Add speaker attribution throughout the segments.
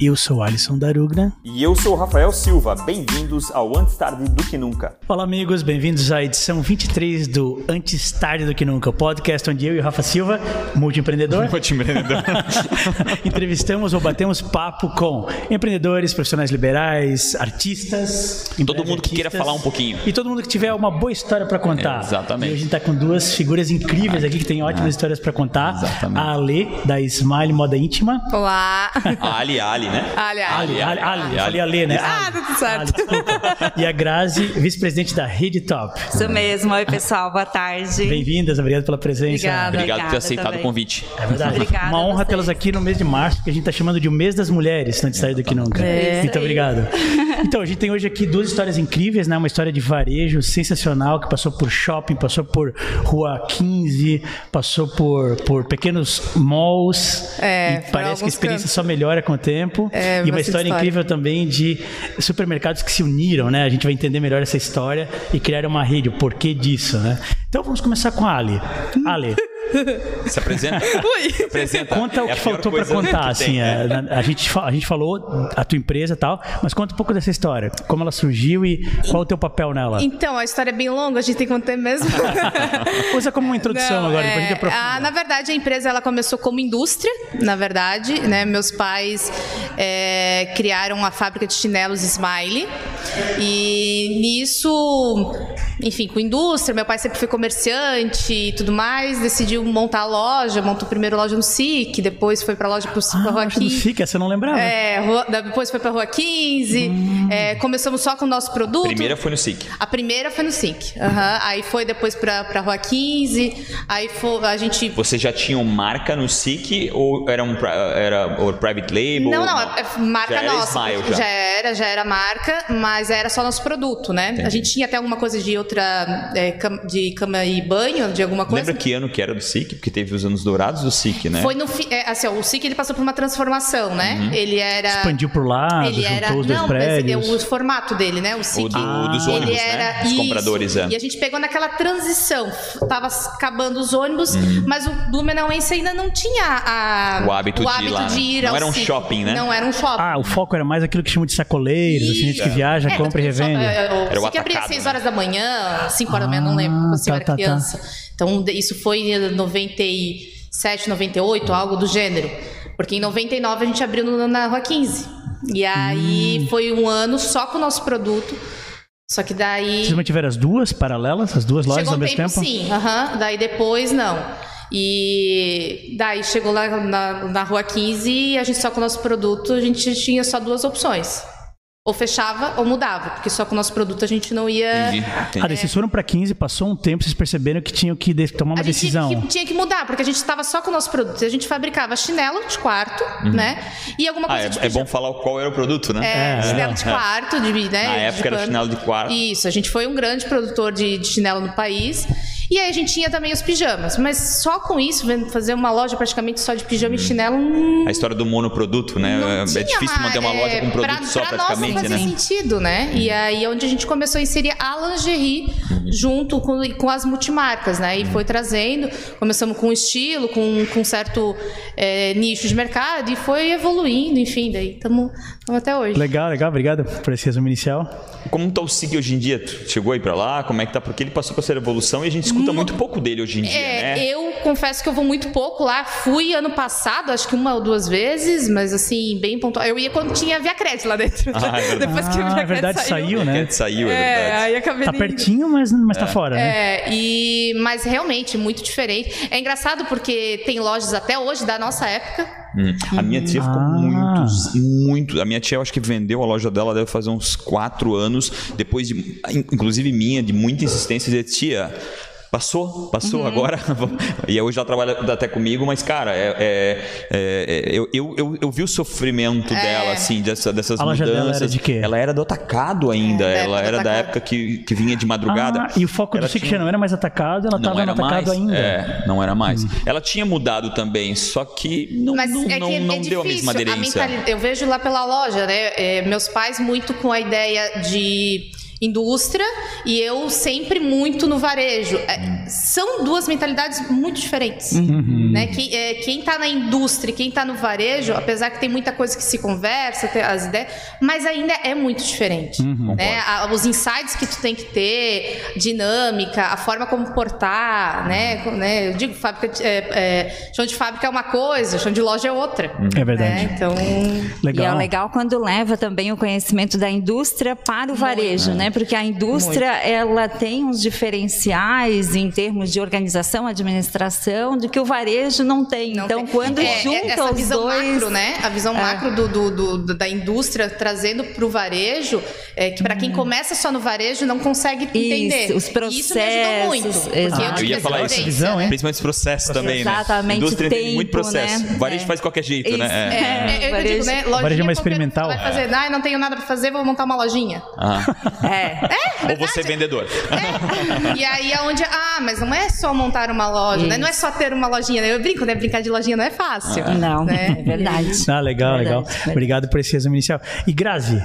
Speaker 1: Eu sou Alisson Darugna.
Speaker 2: E eu sou o Rafael Silva. Bem-vindos ao Antes Tarde do Que Nunca.
Speaker 1: Fala, amigos, bem-vindos à edição 23 do Antes Tarde do Que Nunca, podcast onde eu e o Rafa Silva, multiempreendedor,
Speaker 3: Multiempreendedor.
Speaker 1: entrevistamos ou batemos papo com empreendedores, profissionais liberais, artistas,
Speaker 3: Todo mundo que queira
Speaker 1: artistas.
Speaker 3: falar um pouquinho.
Speaker 1: E todo mundo que tiver uma boa história para contar.
Speaker 3: É, exatamente.
Speaker 1: E hoje a gente tá com duas figuras incríveis aqui que tem ótimas histórias para contar.
Speaker 3: Exatamente.
Speaker 1: A Ale, da Smile Moda Íntima.
Speaker 4: Olá.
Speaker 3: Ali, Ali, né?
Speaker 4: Aliás.
Speaker 1: Ali, Ali, Ali, eu
Speaker 3: Ali.
Speaker 1: falei Ale, né?
Speaker 4: Ah,
Speaker 5: tá
Speaker 1: Ali.
Speaker 4: tudo certo.
Speaker 1: desculpa. e a Grazi, vice-presidente da Rede Top.
Speaker 4: Isso mesmo. Oi, pessoal. Boa tarde.
Speaker 1: Bem-vindas, obrigado pela presença.
Speaker 4: Obrigada.
Speaker 3: Obrigado por ter
Speaker 4: Obrigada
Speaker 3: aceitado
Speaker 4: também.
Speaker 3: o convite.
Speaker 1: É verdade.
Speaker 4: Obrigada
Speaker 1: Uma
Speaker 4: a
Speaker 1: honra
Speaker 4: vocês.
Speaker 1: tê-las aqui no mês de março, que a gente está chamando de o mês das mulheres, antes de sair daqui nunca.
Speaker 4: É.
Speaker 1: Muito
Speaker 4: Isso aí.
Speaker 1: obrigado. Então, a gente tem hoje aqui duas histórias incríveis, né? Uma história de varejo sensacional, que passou por shopping, passou por rua 15, passou por, por pequenos malls.
Speaker 4: É,
Speaker 1: e
Speaker 4: por
Speaker 1: parece que a
Speaker 4: alguns
Speaker 1: experiência
Speaker 4: cantos.
Speaker 1: só melhora com o tempo.
Speaker 4: É,
Speaker 1: e uma
Speaker 4: bastante
Speaker 1: história,
Speaker 4: história.
Speaker 1: incrível também de supermercados que se uniram, né? A gente vai entender melhor essa história e criar uma rede, o porquê disso, né? Então vamos começar com a Ali. Ale,
Speaker 3: Se apresenta. Se apresenta.
Speaker 1: Conta o
Speaker 3: É a
Speaker 1: que
Speaker 3: pior
Speaker 1: faltou pra
Speaker 3: coisa que
Speaker 1: contar, assim.
Speaker 3: tem, né?
Speaker 1: é, na- a, gente, fa- a gente falou a tua empresa e tal, mas conta um pouco dessa história. Como ela surgiu e qual o teu papel nela?
Speaker 5: Então, a história é bem longa, a gente tem que manter mesmo.
Speaker 1: Usa como uma introdução
Speaker 5: Não,
Speaker 1: agora,
Speaker 5: é,
Speaker 1: depois a gente aprofunda.
Speaker 5: ah, na verdade, a empresa ela começou como indústria, na verdade. Né? Meus pais é, criaram a fábrica de chinelos Smile. E nisso, enfim, com indústria, meu pai sempre foi comerciante e tudo mais, decidiu montar a loja, montou primeiro a loja no SIC, depois foi para a loja para
Speaker 1: Ah,
Speaker 5: o Rua
Speaker 1: acho que não
Speaker 5: 15.
Speaker 1: fica, essa eu não lembrava.
Speaker 5: É, rua- depois foi para Rua 15. é, começamos só com o nosso produto.
Speaker 3: Primeira foi no SIC.
Speaker 5: A primeira foi no SIC. aham. Aí foi depois pra, pra Rua 15. Aí foi, a gente.
Speaker 3: Você já tinha uma marca no SIC ou era um pri- era ou private label?
Speaker 5: Não, não, é é marca
Speaker 3: Já era
Speaker 5: nossa.
Speaker 3: Smile já.
Speaker 5: era, já era marca, mas era só nosso produto, né? A gente tinha até alguma coisa de outra. é, cam- de cama e banho, de alguma coisa.
Speaker 3: Lembra que ano que era do SIC? Porque teve os anos dourados do SIC, né?
Speaker 5: Foi no. fi- é, assim, ó, o SIC ele passou por uma transformação, né?
Speaker 3: Uhum.
Speaker 5: Ele era.
Speaker 1: Expandiu pro lado,
Speaker 5: Ele
Speaker 1: juntou
Speaker 5: era.
Speaker 1: os dois
Speaker 5: Não, mas ele- um
Speaker 1: prédios.
Speaker 5: o formato dele, né? O SIC.
Speaker 3: O do- dos
Speaker 1: Ah.
Speaker 3: ônibus,
Speaker 5: ele era
Speaker 3: né? Dos
Speaker 5: isso.
Speaker 3: compradores, é.
Speaker 5: E a gente pegou naquela transição. Tava acabando os ônibus, mas o Blumenauense ainda não tinha a-
Speaker 3: Uhum. O hábito de ir lá, né?
Speaker 5: de ir
Speaker 3: Não
Speaker 5: ao
Speaker 3: era um
Speaker 5: sítio.
Speaker 3: shopping, né?
Speaker 5: Não era um shopping.
Speaker 1: Ah, o foco era mais aquilo que chamam de sacoleiros, assim, gente que
Speaker 5: É,
Speaker 1: viaja, compra e revende.
Speaker 3: Era o
Speaker 5: Se que abria às
Speaker 3: atacado,
Speaker 5: 6
Speaker 3: né?
Speaker 5: horas da manhã, 5 horas da manhã,
Speaker 1: Ah,
Speaker 5: não lembro, quando
Speaker 1: tá,
Speaker 5: eu era
Speaker 1: tá, tá.
Speaker 5: criança. Então, de- isso foi em 97, 98, algo do gênero. Porque em 99 a gente abriu no- na Rua 15. E aí
Speaker 1: Hum.
Speaker 5: foi um ano só com o nosso produto. Só que daí.
Speaker 1: Vocês mantiveram as duas paralelas, as duas lojas
Speaker 5: Chegou
Speaker 1: ao
Speaker 5: um
Speaker 1: mesmo tempo?
Speaker 5: Sim, aham. daí depois não. E daí chegou lá na, na rua 15 e a gente só com o nosso produto, a gente tinha só duas opções. Ou fechava ou mudava, porque só com o nosso produto a gente não ia.
Speaker 3: Entendi, entendi.
Speaker 1: Ah, daí vocês foram pra 15, passou um tempo, vocês perceberam que tinham que de- tomar uma
Speaker 5: é. a gente
Speaker 1: decisão.
Speaker 5: Tinha, que, tinha que mudar, porque a gente estava só com o nosso produto. A gente fabricava chinelo de quarto,
Speaker 1: Uhum.
Speaker 5: né? E alguma
Speaker 3: Ah,
Speaker 5: coisa de
Speaker 3: é, é bom falar qual era o produto, né?
Speaker 5: É,
Speaker 1: É,
Speaker 5: chinelo
Speaker 1: é.
Speaker 5: de quarto, de, né?
Speaker 3: Na
Speaker 5: de
Speaker 3: época era
Speaker 5: pano.
Speaker 3: chinelo de quarto.
Speaker 5: Isso, a gente foi um grande produtor de, de chinelo no país. E aí a gente tinha também os pijamas. Mas só com isso, vendo- fazer uma loja praticamente só de pijama e chinelo. hum,
Speaker 3: A história do monoproduto, né?
Speaker 5: não
Speaker 3: É- é
Speaker 5: tinha
Speaker 3: difícil
Speaker 5: mais,
Speaker 3: manter uma loja
Speaker 5: é,
Speaker 3: com um produto
Speaker 5: pra,
Speaker 3: só
Speaker 5: pra
Speaker 3: praticamente,
Speaker 5: nós não
Speaker 3: né?
Speaker 5: fazia sentido, né? E aí é onde a gente começou a inserir a lingerie
Speaker 3: Uhum.
Speaker 5: junto com, com as multimarcas, né? E foi trazendo, começamos com estilo, com, com certo é, nicho de mercado e foi evoluindo, enfim, daí estamos até hoje.
Speaker 1: Legal, legal, obrigado por esse resumo inicial.
Speaker 3: Como tá o SIG hoje em dia? Tu chegou aí pra lá? Como é que tá? Porque ele passou por essa evolução e a gente escuta muito pouco dele hoje em dia,
Speaker 5: É,
Speaker 3: né?
Speaker 5: eu confesso que eu vou muito pouco lá. Fui ano passado, acho que uma ou duas vezes, mas assim, bem pontual. Eu ia quando tinha Via Crédito lá dentro.
Speaker 3: Ah, é verdade.
Speaker 5: Depois que a
Speaker 1: Ah,
Speaker 5: Via
Speaker 1: é verdade,
Speaker 5: Crédito
Speaker 1: saiu,
Speaker 5: saiu.
Speaker 1: né?
Speaker 3: Ele saiu, é,
Speaker 5: É,
Speaker 3: verdade.
Speaker 5: aí acabei
Speaker 1: Tá
Speaker 5: nem indo.
Speaker 1: pertinho, mas, mas tá fora, né?
Speaker 5: É, e, mas realmente muito diferente. É engraçado porque tem lojas até hoje da nossa época.
Speaker 3: Hum. A minha tia ficou
Speaker 1: Ah.
Speaker 3: muitos, muito. A minha tia, eu acho que vendeu a loja dela, deve fazer uns quatro anos, depois de, in- inclusive minha, de muita insistência, dizer, tia. Passou, passou
Speaker 5: Uhum.
Speaker 3: agora. vamos." E hoje ela trabalha até comigo, mas, cara, é, é- é- é- eu, eu, eu, eu vi o sofrimento
Speaker 5: É.
Speaker 3: dela, assim, dessa, dessas
Speaker 1: A loja dela
Speaker 3: mudanças.
Speaker 1: era de quê?
Speaker 3: Ela era do atacado ainda.
Speaker 5: da
Speaker 3: ela
Speaker 5: época É, do
Speaker 3: era da
Speaker 5: atacado.
Speaker 3: época que, que vinha de madrugada.
Speaker 1: Ah, e o foco do
Speaker 3: Ela
Speaker 1: Chico
Speaker 3: tinha-
Speaker 1: já
Speaker 3: um
Speaker 1: não era mais atacado, ela
Speaker 3: não
Speaker 1: estava no
Speaker 3: era
Speaker 1: atacado
Speaker 3: mais.
Speaker 1: ainda.
Speaker 3: É, não era mais.
Speaker 4: Hum.
Speaker 3: Ela tinha mudado também, só que não,
Speaker 5: Mas
Speaker 3: não,
Speaker 5: é que
Speaker 3: não,
Speaker 5: é
Speaker 3: não
Speaker 5: difícil.
Speaker 3: deu a mesma aderência.
Speaker 5: mentalidade- eu vejo lá pela loja, né? é, meus pais muito com a ideia de indústria e eu sempre muito no varejo. É, são duas mentalidades muito diferentes.
Speaker 3: Uhum.
Speaker 1: Uhum.
Speaker 5: Né? Que- é, quem está na indústria, e quem está no varejo, apesar que tem muita coisa que se conversa, tem as ideias, mas ainda é muito diferente. né? A- os insights que tu tem que ter, dinâmica, a forma como portar, né? Co- né? Eu digo, fábrica de- é, é, chão de fábrica é uma coisa, chão de loja é outra.
Speaker 1: É verdade.
Speaker 5: né? Então,
Speaker 1: Legal.
Speaker 4: E é legal quando leva também o conhecimento da indústria para o varejo,
Speaker 1: É.
Speaker 4: né? Porque a indústria, ela tem uns diferenciais em termos de organização, administração, do que o varejo não tem.
Speaker 5: Não
Speaker 4: então,
Speaker 5: tem-
Speaker 4: quando
Speaker 5: é,
Speaker 4: junta
Speaker 5: é, essa
Speaker 4: os
Speaker 5: visão
Speaker 4: dois... é.
Speaker 5: macro, né? A visão macro do, do- do- do- da indústria trazendo para o varejo, é, que para quem começa só no varejo não consegue entender.
Speaker 4: Hum. os
Speaker 5: E Isso me ajudou muito.
Speaker 4: processos,
Speaker 5: porque eu né,
Speaker 4: exato. Ah,
Speaker 3: Eu
Speaker 5: tive
Speaker 3: ia
Speaker 5: essa
Speaker 3: falar isso.
Speaker 5: vivência,
Speaker 1: Visão,
Speaker 5: né?
Speaker 1: hein?
Speaker 3: Principalmente os processos também, né?
Speaker 4: Exatamente,
Speaker 3: Indústria tem muito
Speaker 4: tempo,
Speaker 3: processo.
Speaker 4: né?
Speaker 3: Varejo
Speaker 4: É.
Speaker 3: faz qualquer jeito,
Speaker 4: Isso,
Speaker 3: né?
Speaker 5: É,
Speaker 4: É,
Speaker 5: é, eu
Speaker 4: varejo-
Speaker 5: digo, né? Lojinha
Speaker 1: Varejo é mais
Speaker 5: qualquer um
Speaker 1: experimental.
Speaker 5: Vai fazer, ah, não tenho nada para fazer, vou montar uma lojinha.
Speaker 3: Ah.
Speaker 4: É.
Speaker 3: Ou você é vendedor.
Speaker 5: e aí é onde, ah, mas não é só montar uma loja, né? Não é só ter uma lojinha, né? Eu brinco, né? Brincar de lojinha não é fácil.
Speaker 4: Não,
Speaker 5: né?
Speaker 4: é verdade.
Speaker 1: Ah, legal,
Speaker 4: Verdade,
Speaker 1: legal.
Speaker 4: verdade.
Speaker 1: Obrigado por esse resumo inicial. E Grazi,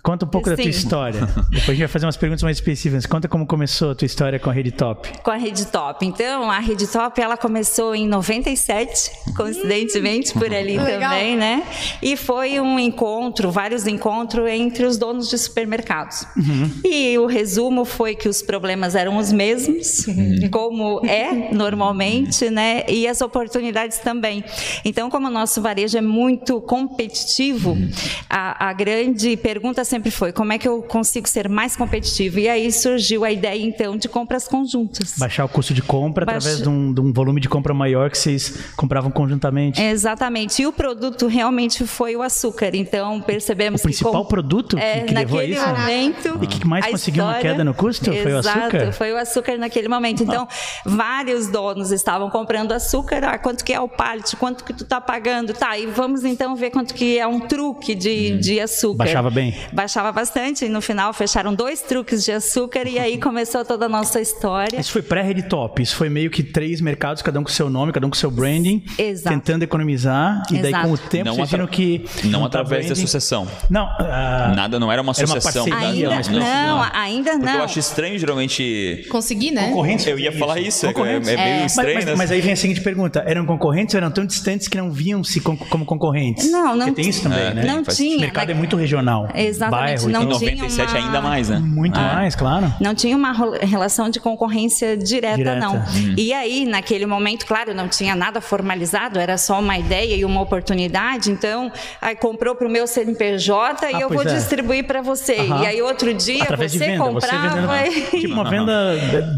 Speaker 1: conta um pouco da tua
Speaker 4: Sim.
Speaker 1: história. Depois a gente vai fazer umas perguntas mais específicas. Conta como começou a tua história com a Rede Top.
Speaker 4: com a Rede Top. Então, a Rede Top ela começou em 97, coincidentemente por ali
Speaker 5: Hum. Legal.
Speaker 4: também, né? E foi um encontro, vários encontros entre os donos de supermercados.
Speaker 1: Uhum.
Speaker 4: E o resumo foi que os problemas eram os mesmos,
Speaker 1: Uhum.
Speaker 4: como é normalmente, né? E as oportunidades também. Então, como o nosso varejo é muito competitivo,
Speaker 1: Uhum.
Speaker 4: a, a grande pergunta sempre foi: como é que eu consigo ser mais competitivo? E aí surgiu a ideia, então, de compras conjuntas.
Speaker 1: Baixar o custo de compra
Speaker 4: Baixa-
Speaker 1: através de um, de um volume de compra maior que vocês compravam conjuntamente.
Speaker 4: É, Exatamente. E o produto realmente foi o açúcar. Então percebemos
Speaker 1: O principal
Speaker 4: que com-
Speaker 1: produto que-
Speaker 4: é,
Speaker 1: que levou a
Speaker 4: naquele
Speaker 1: isso?
Speaker 4: momento.
Speaker 1: E que mais
Speaker 4: a
Speaker 1: conseguiu uma
Speaker 4: história-
Speaker 1: queda no custo? Foi o
Speaker 4: Exato,
Speaker 1: açúcar? Ah.
Speaker 4: Foi o açúcar naquele momento. Então, vários donos estavam comprando açúcar. Ah, quanto que é o pallet? Quanto que tu tá pagando? Tá, e vamos então ver quanto que é um truque de, de açúcar.
Speaker 1: Hum. Baixava bem?
Speaker 4: Baixava bastante. E no final fecharam dois truques de açúcar e aí começou toda a nossa história.
Speaker 1: Isso foi pré-Rede Top. Isso foi meio que três mercados, cada um com seu nome, cada um com seu branding,
Speaker 4: Exato.
Speaker 1: tentando economizar. E daí,
Speaker 4: Exato.
Speaker 1: com o tempo,
Speaker 3: Não
Speaker 1: vocês
Speaker 3: atra-
Speaker 1: viram que.
Speaker 3: Não
Speaker 1: juntar
Speaker 3: através da
Speaker 1: branding-
Speaker 3: sucessão.
Speaker 1: Não. ah,
Speaker 3: Nada, não era uma
Speaker 1: Era uma
Speaker 3: sucessão.
Speaker 1: parceria,
Speaker 3: Nada,
Speaker 1: é uma
Speaker 4: Ainda
Speaker 1: espécie
Speaker 4: não, ainda
Speaker 3: Porque
Speaker 4: não.
Speaker 3: eu acho estranho, geralmente.
Speaker 5: Consegui, né?
Speaker 1: Concorrentes?
Speaker 3: Eu ia falar isso, é, é
Speaker 1: Concorrentes?
Speaker 3: meio
Speaker 1: Mas-
Speaker 3: estranho,
Speaker 1: mas,
Speaker 3: né?
Speaker 1: mas aí vem a seguinte pergunta: eram concorrentes ou eram tão distantes que não viam-se con- como concorrentes?
Speaker 4: Não, não
Speaker 1: Porque tem isso também,
Speaker 3: É,
Speaker 1: né?
Speaker 3: tem,
Speaker 4: Não
Speaker 3: faz-
Speaker 1: O
Speaker 4: tinha.
Speaker 1: mercado
Speaker 4: na-
Speaker 1: é muito regional.
Speaker 4: Exatamente,
Speaker 1: bairro,
Speaker 4: não
Speaker 3: em
Speaker 1: então,
Speaker 4: tinha
Speaker 3: 97
Speaker 4: uma-
Speaker 3: ainda mais, né?
Speaker 1: Muito
Speaker 3: Ah.
Speaker 1: mais, claro.
Speaker 4: Não tinha uma rol- relação de concorrência direta,
Speaker 1: Direta. Uhum.
Speaker 4: não. E aí, naquele momento, claro, não tinha nada formalizado, era só uma ideia e uma oportunidade. Então, aí comprou para o meu CNPJ e
Speaker 1: Ah,
Speaker 4: eu
Speaker 1: pois
Speaker 4: vou
Speaker 1: é.
Speaker 4: distribuir para você.
Speaker 1: Aham.
Speaker 4: E aí, outro dia,
Speaker 1: Através
Speaker 4: você
Speaker 1: de venda, você
Speaker 4: comprava.
Speaker 1: vendendo.
Speaker 4: e-
Speaker 1: Tipo uma venda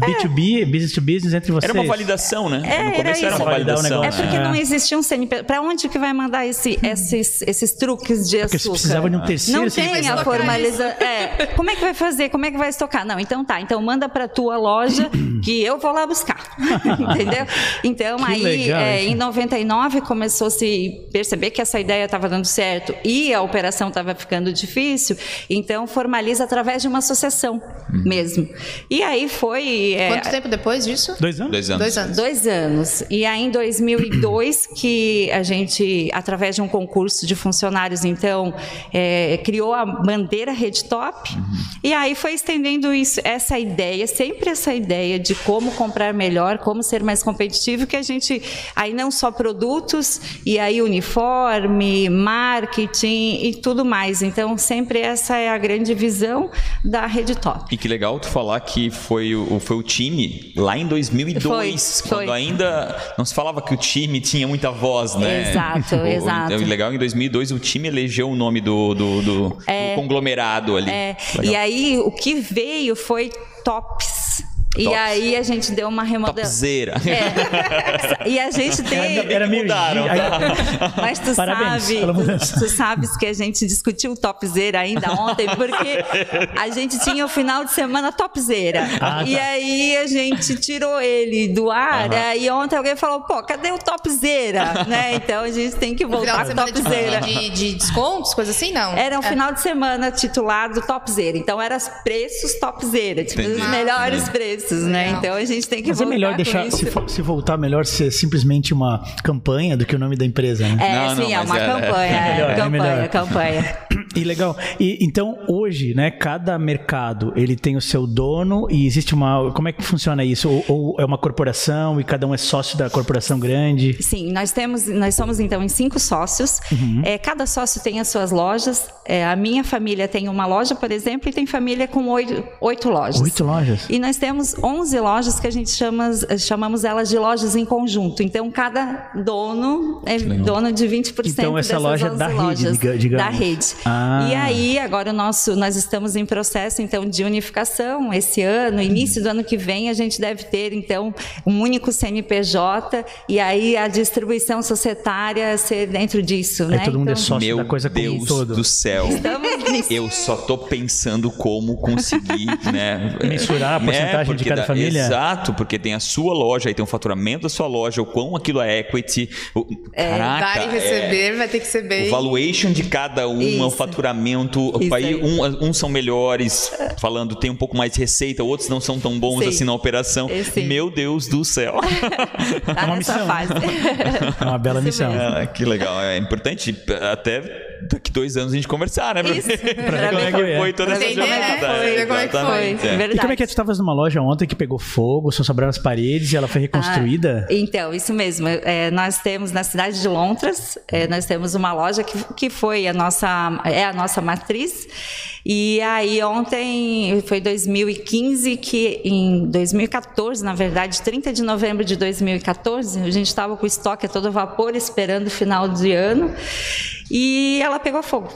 Speaker 1: B2B, business to business entre vocês.
Speaker 3: Era uma validação, né?
Speaker 4: É,
Speaker 3: no começo era, uma
Speaker 4: era isso.
Speaker 1: Validar o
Speaker 3: validação. né?
Speaker 4: É
Speaker 1: negócio.
Speaker 4: porque
Speaker 1: É.
Speaker 4: não existia um CNPJ. Para onde que vai mandar esse- esses, esses truques de
Speaker 1: Porque vocês
Speaker 4: açúcar?
Speaker 1: precisavam de um terceiro.
Speaker 4: Não
Speaker 1: assim,
Speaker 4: tem a
Speaker 1: pra-
Speaker 4: formalização. É. Como é que vai fazer? Como é que vai estocar? Não, então tá. Então manda para tua loja que eu vou lá buscar. Entendeu? Então
Speaker 1: Que
Speaker 4: aí,
Speaker 1: legal
Speaker 4: é,
Speaker 1: isso.
Speaker 4: em 99, começou a se perceber que essa ideia estava dando certo e a operação estava ficando difícil. Então formaliza através de uma associação
Speaker 1: Uhum.
Speaker 4: mesmo. E aí foi. é,
Speaker 5: Quanto tempo depois disso?
Speaker 1: Dois anos?
Speaker 3: Dois anos.
Speaker 5: Dois anos.
Speaker 4: Dois anos. E aí, em 2002, que a gente, através de um concurso de funcionários, então, eh, criou a bandeira Rede Top.
Speaker 5: Uhum.
Speaker 4: E aí foi estendendo isso, essa ideia, sempre essa ideia de como comprar melhor, como ser mais competitivo, que a gente, aí não só produtos, e aí uniforme, marketing e tudo mais. Então, sempre essa é a grande visão da Rede Top.
Speaker 3: E que legal tu falar que foi o, foi o time lá em 2002,
Speaker 4: Foi,
Speaker 3: quando
Speaker 4: foi.
Speaker 3: ainda não se falava que o time tinha muita voz, né?
Speaker 4: Exato,
Speaker 3: O-
Speaker 4: exato.
Speaker 3: É legal, em 2002 o time elegeu o nome do, do, do- do conglomerado ali.
Speaker 4: É,
Speaker 3: Legal.
Speaker 4: e aí o que veio foi tops. E
Speaker 3: Tops.
Speaker 4: aí a gente deu uma remodelação.
Speaker 3: Topzera.
Speaker 4: É. E a gente tem.
Speaker 1: Era meio
Speaker 3: Mudaram,
Speaker 1: gi-
Speaker 3: tá?
Speaker 4: Mas tu
Speaker 1: Parabéns
Speaker 4: sabe,
Speaker 1: pela mudança.
Speaker 4: tu, tu sabes que a gente discutiu topzera ainda ontem, porque a gente tinha o final de semana topzera.
Speaker 1: Ah,
Speaker 4: E
Speaker 1: tá.
Speaker 4: aí a gente tirou ele do ar, e ontem alguém falou, pô, cadê o topzera? né? Então a gente tem que
Speaker 5: No final
Speaker 4: voltar
Speaker 5: de
Speaker 4: com
Speaker 5: semana
Speaker 4: topzera.
Speaker 5: de, de, de descontos, coisa assim, não?
Speaker 4: Era um final de semana titulado Topzera. Então, eram os preços Topzera. Tipo,
Speaker 3: Entendi.
Speaker 4: os melhores preços, né?
Speaker 5: Legal.
Speaker 4: Então, a gente tem que
Speaker 1: Mas é
Speaker 4: voltar
Speaker 1: melhor
Speaker 4: com
Speaker 1: deixar,
Speaker 4: isso.
Speaker 1: se, for- se voltar, melhor ser simplesmente uma campanha do que o nome da empresa, né?
Speaker 4: É,
Speaker 3: Não, não,
Speaker 4: sim, é
Speaker 3: mas
Speaker 4: uma
Speaker 3: é- é-
Speaker 4: campanha.
Speaker 1: é melhor, é
Speaker 4: campanha,
Speaker 1: melhor.
Speaker 4: campanha.
Speaker 1: E legal. E, então, hoje, né, cada mercado, ele tem o seu dono e existe uma... Como é que funciona isso? Ou, ou é uma corporação e cada um é sócio da corporação grande?
Speaker 4: Sim, nós temos, nós somos então em cinco sócios.
Speaker 1: Uhum.
Speaker 4: É, cada sócio tem as suas lojas. É, a minha família tem uma loja, por exemplo, e tem família com oito, oito lojas.
Speaker 1: Oito lojas?
Speaker 4: E nós temos 11 lojas que a gente chama, chamamos elas de lojas em conjunto. Então, cada dono é dono de 20%
Speaker 1: Então, essa
Speaker 4: dessas
Speaker 1: loja é
Speaker 4: 11
Speaker 1: da rede,
Speaker 4: lojas,
Speaker 1: diga- digamos.
Speaker 4: Da rede.
Speaker 1: Ah.
Speaker 4: E aí, agora o nosso, nós estamos em processo, então, de unificação esse ano. Início do ano que vem, a gente deve ter, então, um único CNPJ e aí a distribuição societária ser dentro disso,
Speaker 1: Aí
Speaker 4: né?
Speaker 1: todo mundo é
Speaker 4: Então,
Speaker 1: sócio
Speaker 3: Meu
Speaker 1: da coisa como um
Speaker 3: Deus
Speaker 1: todo.
Speaker 3: do céu.
Speaker 4: Estamos nisso.
Speaker 3: Eu só tô pensando como conseguir, né?
Speaker 1: Mensurar a
Speaker 3: né,
Speaker 1: porcentagem de
Speaker 3: porque
Speaker 1: cada família?
Speaker 3: Exato, porque tem a sua loja, aí tem o faturamento da sua loja, o quão aquilo é equity. O, caraca,
Speaker 5: Dar e
Speaker 3: é,
Speaker 5: receber vai ter que ser
Speaker 3: o
Speaker 5: bem.
Speaker 3: valuation de cada um, o
Speaker 4: Isso.
Speaker 3: faturamento.
Speaker 4: Isso
Speaker 3: aí,
Speaker 4: aí.
Speaker 3: um- Uns são melhores, falando, tem um pouco mais de receita, outros não são tão bons
Speaker 4: Sim.
Speaker 3: assim na operação.
Speaker 4: É, sim.
Speaker 3: Meu Deus do céu.
Speaker 4: Tá
Speaker 1: uma
Speaker 4: nessa
Speaker 1: missão, né?
Speaker 4: fase.
Speaker 1: É uma bela missão.
Speaker 3: Ah, que legal. É importante até daqui dois anos a gente conversar, né?
Speaker 4: Isso.
Speaker 1: ver como é que
Speaker 3: Foi toda essa
Speaker 5: Entender, né?
Speaker 3: jornada.
Speaker 5: Foi, ver como é que foi.
Speaker 3: Exatamente, é.
Speaker 4: Verdade.
Speaker 1: E como é que é? Tu estavas numa loja ontem que pegou fogo, só sobraram as paredes e ela foi reconstruída?
Speaker 4: Ah, então, isso mesmo. É, nós temos na cidade de Lontras, é, nós temos uma loja que, que foi a nossa, é a nossa matriz. E aí ontem, foi 2015, que em 2014, na verdade, 30 de novembro de 2014, a gente estava com o estoque a todo vapor, esperando o final de ano. E ela pegou fogo.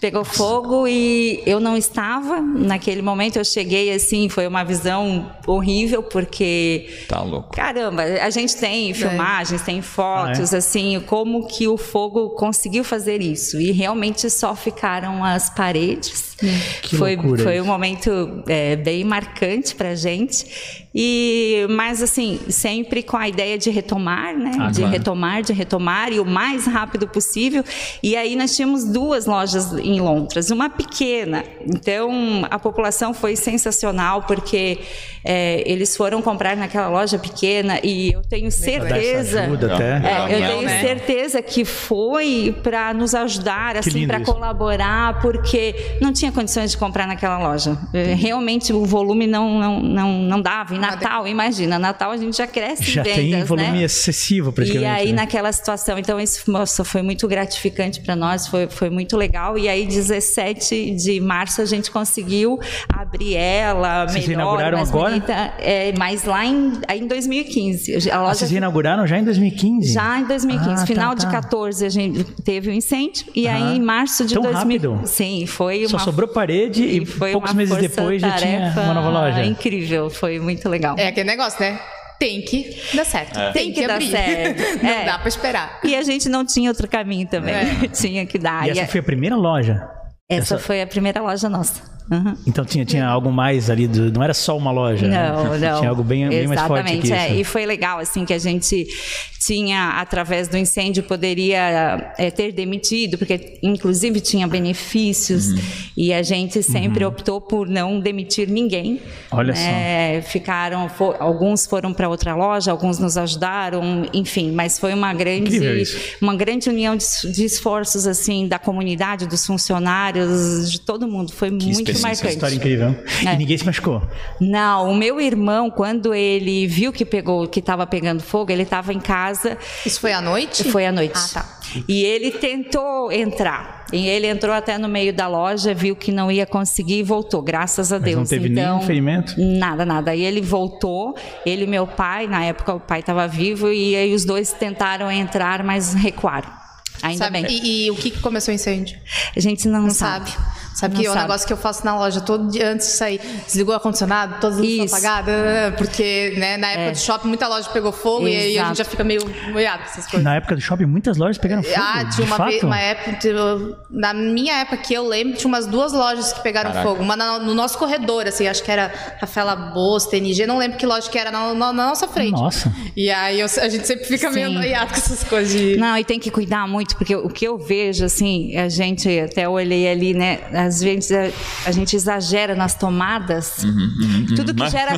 Speaker 4: Pegou fogo e eu não estava naquele momento. Eu cheguei assim, foi uma visão horrível, porque
Speaker 3: Tá louco.
Speaker 4: Caramba, a gente tem filmagens, tem
Speaker 1: Ah,
Speaker 4: fotos,
Speaker 1: é?
Speaker 4: assim, como que o fogo conseguiu fazer isso. E realmente só ficaram as paredes.
Speaker 1: que
Speaker 4: foi
Speaker 1: loucura
Speaker 4: foi
Speaker 1: isso.
Speaker 4: um momento é, bem marcante pra gente. E, mas assim, sempre com a ideia de retomar, né?
Speaker 1: Ah,
Speaker 4: de
Speaker 1: claro.
Speaker 4: retomar, de retomar, e o mais rápido possível. E aí nós tínhamos duas lojas em Londres, uma pequena. Então, a população foi sensacional, porque é, eles foram comprar naquela loja pequena, e eu tenho
Speaker 1: Pra dar essa
Speaker 4: certeza...
Speaker 1: ajuda até.
Speaker 4: É,
Speaker 3: Legal,
Speaker 4: eu
Speaker 3: legal,
Speaker 4: tenho
Speaker 5: né?
Speaker 4: certeza que foi para nos ajudar, assim,
Speaker 1: lindo
Speaker 4: para
Speaker 1: isso.
Speaker 4: colaborar, porque não tinha condições de comprar naquela loja. É, Realmente o volume não, não, não, não dava. E Natal, imagina, Natal a gente já cresce
Speaker 1: Já
Speaker 4: em vendas,
Speaker 1: tem volume
Speaker 4: né?
Speaker 1: excessivo
Speaker 4: E
Speaker 1: praticamente.
Speaker 4: aí,
Speaker 1: né?
Speaker 4: naquela situação, então isso nossa, foi muito gratificante para nós, foi, foi muito legal. E aí, 17 de março, a gente conseguiu abrir ela,
Speaker 1: Vocês
Speaker 4: melhor,
Speaker 1: inauguraram
Speaker 4: mais
Speaker 1: agora?
Speaker 4: bonita. É, mas lá em, aí em 2015, a
Speaker 1: Ah,
Speaker 4: loja
Speaker 1: vocês inauguraram já em 2015?
Speaker 4: já em 2015,
Speaker 1: Ah, tá,
Speaker 4: final
Speaker 1: tá.
Speaker 4: de 14 a gente teve o incêndio e
Speaker 1: Aham.
Speaker 4: aí em março de
Speaker 1: Tão
Speaker 4: 2000,
Speaker 1: rápido?
Speaker 4: Sim, foi
Speaker 1: Só
Speaker 4: uma
Speaker 1: sobrou parede e,
Speaker 4: e foi
Speaker 1: poucos
Speaker 4: uma
Speaker 1: meses
Speaker 4: força
Speaker 1: depois já tinha
Speaker 4: tarefa
Speaker 1: uma nova loja.
Speaker 4: Incrível, foi muito legal.
Speaker 5: É aquele negócio, né? É. Tem que dar certo.
Speaker 4: Tem que dar
Speaker 5: abrir.
Speaker 4: certo.
Speaker 5: Não
Speaker 4: É.
Speaker 5: dá pra esperar.
Speaker 4: E a gente não tinha outro caminho também,
Speaker 5: É.
Speaker 4: tinha que dar.
Speaker 1: E
Speaker 4: E
Speaker 1: essa
Speaker 4: a-
Speaker 1: foi a primeira loja.
Speaker 4: essa foi a primeira loja nossa. Uhum.
Speaker 1: Então tinha, tinha algo mais ali, do- não era só uma loja. né?
Speaker 4: Não, não.
Speaker 1: Tinha algo bem, bem mais forte que
Speaker 4: Exatamente,
Speaker 1: isso.
Speaker 4: é. E foi legal, assim, que a gente tinha, através do incêndio, poderia é, ter demitido, porque inclusive tinha benefícios,
Speaker 1: Uhum.
Speaker 4: e a gente sempre optou por não demitir ninguém.
Speaker 1: Olha
Speaker 4: né? Ficaram, fo- alguns foram para outra loja, alguns nos ajudaram, enfim, mas foi uma
Speaker 1: Incrível
Speaker 4: grande,
Speaker 1: isso.
Speaker 4: uma grande união de, es- de esforços, assim, da comunidade, dos funcionários, de todo mundo. Foi muito
Speaker 3: específico.
Speaker 1: Essa
Speaker 4: marcante.
Speaker 1: história incrível.
Speaker 4: É.
Speaker 1: E ninguém se machucou.
Speaker 4: Não, o meu irmão, quando ele viu que pegou, que estava pegando fogo, ele estava em casa
Speaker 5: Isso foi à noite?
Speaker 4: foi à noite.
Speaker 5: Ah, tá.
Speaker 4: E ele tentou entrar. E ele entrou até no meio da loja, viu que não ia conseguir e voltou, graças a
Speaker 1: Mas
Speaker 4: Deus.
Speaker 1: não teve
Speaker 4: então,
Speaker 1: nenhum ferimento?
Speaker 4: Nada, nada. Aí ele voltou, ele e meu pai, na época o pai estava vivo, e aí os dois tentaram entrar, mas recuaram. Ainda
Speaker 5: Sabe-
Speaker 4: bem.
Speaker 5: E, e o que, que começou o incêndio?
Speaker 4: A gente não,
Speaker 5: Não
Speaker 4: sabe.
Speaker 5: sabe. Sabe
Speaker 4: Não
Speaker 5: que é um
Speaker 4: sabe.
Speaker 5: negócio que eu faço na loja todo dia antes de sair. Desligou o ar-condicionado, todas as luzes
Speaker 4: Isso.
Speaker 5: apagadas, porque né, na época
Speaker 4: É.
Speaker 5: do shopping muita loja pegou fogo e aí a
Speaker 4: Exato.
Speaker 5: gente já fica meio molhado com essas coisas.
Speaker 1: Na época do shopping, muitas lojas pegaram fogo.
Speaker 5: Ah,
Speaker 1: de
Speaker 5: tinha uma,
Speaker 1: fato?
Speaker 5: vez- uma época. tipo, Na minha época que eu lembro, tinha umas duas lojas que pegaram
Speaker 3: Caraca.
Speaker 5: fogo. Uma na- no nosso corredor, assim, acho que era Rafaela Boas, TNG, não lembro que loja que era na, na- na nossa frente.
Speaker 1: Nossa.
Speaker 5: E aí eu- a gente sempre fica meio
Speaker 4: Sim.
Speaker 5: noiado com essas coisas de.
Speaker 4: Não, e tem que cuidar muito, porque o que eu vejo, assim, a gente até olhei ali, né, às vezes a, a gente exagera nas tomadas.
Speaker 3: Uhum,
Speaker 4: Tudo que gera.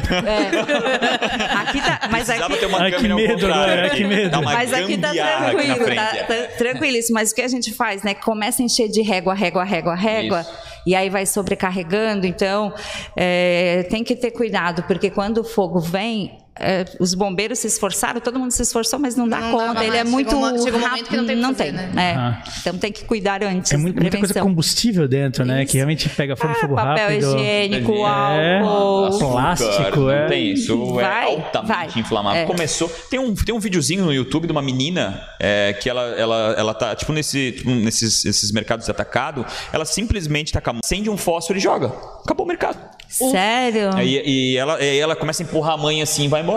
Speaker 4: é. aqui tá, mas
Speaker 3: Precisava
Speaker 4: aqui,
Speaker 3: ter uma
Speaker 1: Ai, Ah, que
Speaker 3: câmera ao
Speaker 1: medo
Speaker 3: contrário
Speaker 1: agora,
Speaker 3: aqui.
Speaker 1: que medo.
Speaker 3: Dá uma
Speaker 4: mas aqui tá
Speaker 3: gambiarra aqui na
Speaker 4: tranquilo,
Speaker 3: frente,
Speaker 4: tá,
Speaker 3: é.
Speaker 4: tá tranquilíssimo. Mas o que a gente faz, né? Começa a encher de régua, régua, régua, régua. E aí vai sobrecarregando. Então, é, tem que ter cuidado, porque quando o fogo vem. é, os bombeiros se esforçaram, todo mundo se esforçou, mas não dá
Speaker 5: Não dá
Speaker 4: conta.
Speaker 5: mais.
Speaker 4: Ele é
Speaker 5: Chega
Speaker 4: muito
Speaker 5: uma- chega um momento
Speaker 4: rápido,
Speaker 5: que não tem o que
Speaker 4: não
Speaker 5: fazer, né?
Speaker 4: É.
Speaker 1: Ah.
Speaker 4: Então tem que cuidar antes.
Speaker 1: É muito- muita coisa com
Speaker 4: prevenção.
Speaker 1: combustível dentro, né? Que realmente pega fogo,
Speaker 4: Ah,
Speaker 1: fogo
Speaker 4: papel
Speaker 1: rápido.
Speaker 4: higiênico,
Speaker 1: É.
Speaker 4: álcool.
Speaker 1: Nossa. Plástico,
Speaker 3: não
Speaker 1: é.
Speaker 3: tem isso, é
Speaker 4: Vai,
Speaker 3: altamente
Speaker 4: vai.
Speaker 3: inflamável.
Speaker 4: É.
Speaker 3: Começou, tem um, tem um videozinho no YouTube de uma menina é, que ela, ela, ela tá, tipo, nesse, tipo, nesses esses mercados de atacado, ela simplesmente tá com a mão, acende um fósforo e joga. Acabou o mercado.
Speaker 4: Sério?
Speaker 3: Aí, e ela, aí ela começa a empurrar a mãe assim e vai embora.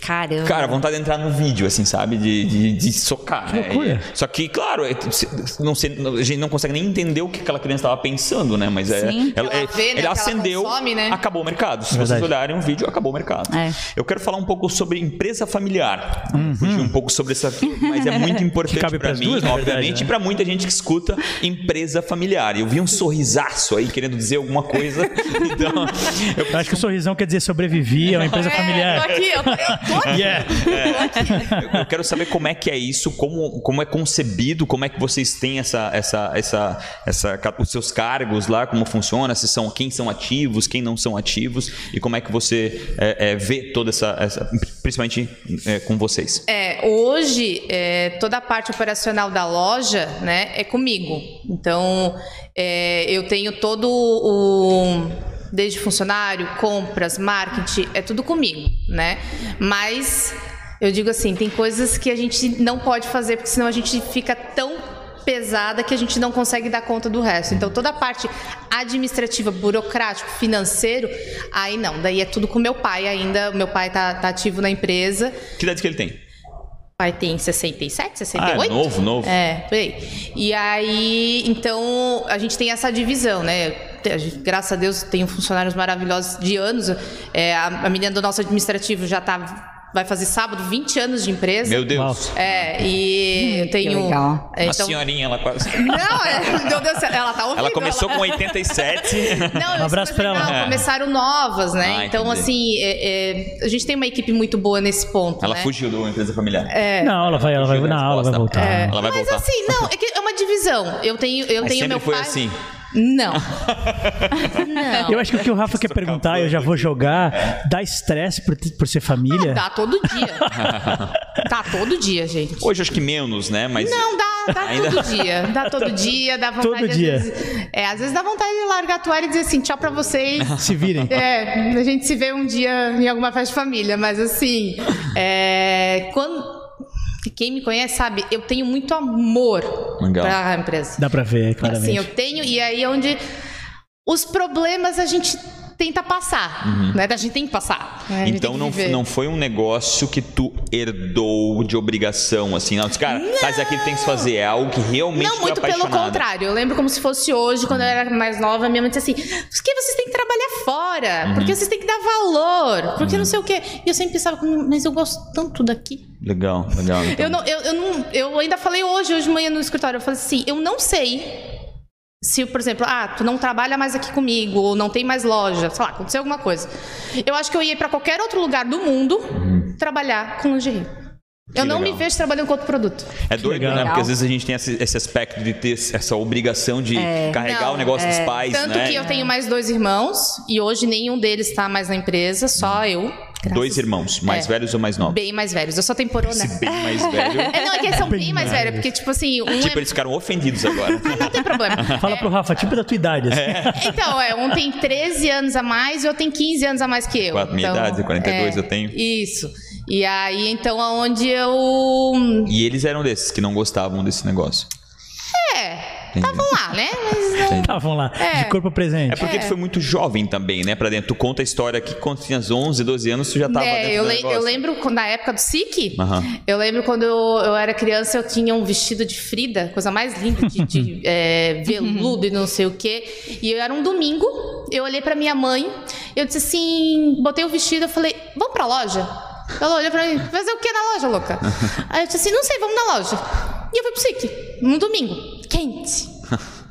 Speaker 4: Caramba.
Speaker 3: Cara, vontade de entrar no vídeo, assim, sabe? De, de, de socar. né?
Speaker 1: loucura.
Speaker 3: E- só que, claro, é, se- não sei, não- a gente não consegue nem entender o que aquela criança estava pensando, né? Mas é,
Speaker 4: Sim.
Speaker 3: ela,
Speaker 5: Ela
Speaker 3: é-
Speaker 5: vê,
Speaker 3: ela
Speaker 5: né, o que ela
Speaker 3: acendeu,
Speaker 5: consome, né?
Speaker 3: acabou o mercado. Se vocês
Speaker 1: Verdade.
Speaker 3: olharem o vídeo, acabou o mercado.
Speaker 4: É.
Speaker 3: Eu quero falar um pouco sobre empresa familiar. Fugir um pouco sobre essa, mas é muito
Speaker 1: Que
Speaker 3: importante
Speaker 1: Uhum. cabe
Speaker 3: para
Speaker 1: pras
Speaker 3: mim,
Speaker 1: duas, na verdade,
Speaker 3: obviamente,
Speaker 1: né?
Speaker 3: e para muita gente que escuta empresa familiar. Eu vi um sorrisaço aí querendo dizer alguma coisa. Então, eu
Speaker 1: Eu acho que o sorrisão quer dizer sobrevivi, é uma empresa
Speaker 5: É,
Speaker 1: familiar.
Speaker 5: tô aqui, eu tô, eu tô aqui.
Speaker 1: Yeah.
Speaker 3: Eu quero saber como é que é isso, como, como é concebido, como é que vocês têm essa, essa, essa, essa, ca- os seus cargos lá, como funciona, se são quem são ativos, quem não são ativos e como é que você é, é, vê toda essa, essa- principalmente é, com vocês.
Speaker 5: É, hoje, é, toda a parte operacional da loja né, é comigo. Então, é, eu tenho todo o. Desde funcionário, compras, marketing, é tudo comigo, né? Mas eu digo assim, tem coisas que a gente não pode fazer, porque senão a gente fica tão pesada que a gente não consegue dar conta do resto. Então toda a parte administrativa, burocrático, financeiro, aí não, daí é tudo com meu pai ainda. O Meu pai tá, tá ativo na empresa.
Speaker 3: Que idade que ele tem?
Speaker 5: O pai tem
Speaker 3: Ah,
Speaker 5: 67, 68.
Speaker 3: é novo, novo.
Speaker 5: É, por aí. E aí, então, a gente tem essa divisão, né? Te- a gente, graças a Deus, tenho funcionários maravilhosos de anos. É, a, a menina do nosso administrativo já tá. Vai fazer sábado 20 anos de empresa.
Speaker 3: Meu Deus.
Speaker 5: É,
Speaker 1: Hum,
Speaker 5: e eu tenho.
Speaker 4: legal.
Speaker 5: É,
Speaker 3: A senhorinha, ela quase.
Speaker 5: não, é, meu Deus, do céu, ela tá ouvindo.
Speaker 3: Ela começou com 87.
Speaker 5: Não, eu
Speaker 1: Um abraço
Speaker 5: super
Speaker 1: pra ela.
Speaker 5: legal,
Speaker 3: É.
Speaker 5: Começaram novas, né?
Speaker 3: Ah,
Speaker 5: então,
Speaker 3: entendi.
Speaker 5: assim, é- é, a gente tem uma equipe muito boa nesse ponto.
Speaker 3: Ela
Speaker 5: né? É.
Speaker 3: fugiu do empresa familiar.
Speaker 1: Não, ela vai, ela vai na aula, vai voltar.
Speaker 3: Ela vai
Speaker 5: Mas
Speaker 3: voltar.
Speaker 5: assim, não, é, que é uma divisão. Eu tenho, eu
Speaker 3: Mas
Speaker 5: tenho
Speaker 3: sempre
Speaker 5: meu
Speaker 3: foi
Speaker 5: pai.
Speaker 3: assim.
Speaker 5: Não. não.
Speaker 1: Eu acho que o que o Rafa quer perguntar, eu já vou jogar, dá estresse por, por ser família?
Speaker 5: Dá todo dia. tá todo dia, gente.
Speaker 3: Hoje acho que menos, né? Mas
Speaker 5: Não, dá, dá
Speaker 3: Ainda-
Speaker 5: todo dia. Dá todo dia, dá vontade.
Speaker 1: Todo
Speaker 5: às
Speaker 1: dia.
Speaker 5: vezes- é, às vezes dá vontade de largar a toalha e dizer assim, tchau pra vocês.
Speaker 1: Se virem.
Speaker 5: É, a gente se vê um dia em alguma festa de família, mas assim, é, quando quem me conhece sabe, eu tenho muito amor
Speaker 3: Legal.
Speaker 5: para a empresa.
Speaker 1: Dá pra ver,
Speaker 5: Assim,
Speaker 1: claramente.
Speaker 5: eu tenho e aí é onde os problemas a gente tenta passar, né? A gente tem que passar. né? A gente
Speaker 3: Uhum. Então
Speaker 5: tem que
Speaker 3: não,
Speaker 5: viver.
Speaker 3: não foi um negócio que tu herdou de obrigação, assim. Não, disse, cara, mas aqui tem que se fazer. É algo que realmente
Speaker 5: Não,
Speaker 3: tu é
Speaker 5: muito pelo
Speaker 3: apaixonada.
Speaker 5: contrário. Eu lembro como se fosse hoje, quando eu era mais nova, minha mãe disse assim: por que vocês têm que trabalhar fora?
Speaker 3: Uhum.
Speaker 5: Porque vocês têm que dar valor? Porque não sei o quê. E eu sempre pensava, mas eu gosto tanto daqui.
Speaker 3: Legal, legal. então.
Speaker 5: Eu, não, eu, eu, não, eu ainda falei hoje, hoje de manhã no escritório, eu falei assim, eu não sei se, por exemplo, ah, tu não trabalha mais aqui comigo, ou não tem mais loja, sei lá, aconteceu alguma coisa. Eu acho que eu ia pra qualquer outro lugar do mundo trabalhar com lingerie. eu não
Speaker 3: Uhum. legal.
Speaker 5: me vejo trabalhando com outro produto.
Speaker 3: É doido,
Speaker 1: legal.
Speaker 3: né? Porque às vezes a gente tem esse, esse aspecto de ter essa obrigação de carregar
Speaker 5: É. Não,
Speaker 3: o negócio dos pais,
Speaker 5: Tanto
Speaker 3: né?
Speaker 5: que eu tenho mais dois irmãos, e hoje nenhum deles tá mais na empresa, só eu. Graças-
Speaker 3: Uhum. Dois irmãos, mais
Speaker 5: É.
Speaker 3: velhos ou mais novos?
Speaker 5: Bem mais velhos. Eu sou temporona.
Speaker 3: Esse bem mais velho.
Speaker 5: É, não, é que eles são bem,
Speaker 1: Bem
Speaker 5: mais
Speaker 1: mais.
Speaker 5: velhos, porque, tipo assim, um
Speaker 3: tipo,
Speaker 5: é...
Speaker 3: eles ficaram ofendidos agora.
Speaker 5: Não tem problema.
Speaker 1: Fala pro Rafa, tipo da tua idade. assim.
Speaker 5: Então, é, um tem 13 anos a mais e eu tenho 15 anos a mais que eu.
Speaker 3: Com a minha
Speaker 5: então,
Speaker 3: idade, 42 eu tenho.
Speaker 5: Isso. E aí, então, aonde eu.
Speaker 3: e eles eram desses que não gostavam desse negócio.
Speaker 5: É,
Speaker 3: Entendi.
Speaker 5: estavam lá, né? Mas não.
Speaker 1: Tá, vamos lá. De
Speaker 5: É.
Speaker 1: corpo presente.
Speaker 3: É porque tu foi muito jovem também, né? Pra dentro. Tu conta a história que quando tu tinhas 11, 12 anos, tu já tava
Speaker 5: É,
Speaker 3: dentro
Speaker 5: eu,
Speaker 3: do
Speaker 5: le-
Speaker 3: negócio.
Speaker 5: eu lembro quando- na época do SIC,
Speaker 3: Aham.
Speaker 5: eu lembro quando eu, eu era criança, eu tinha um vestido de Frida, coisa mais linda, de, de, é, veludo e não sei o quê. E eu era um domingo, eu olhei pra minha mãe, eu disse assim, botei o vestido, eu falei, vamos pra loja? Ela olhou pra mim, fazer o que na loja, louca? Aí eu disse assim, não sei, vamos na loja. E eu fui pro SIC, num domingo, quente.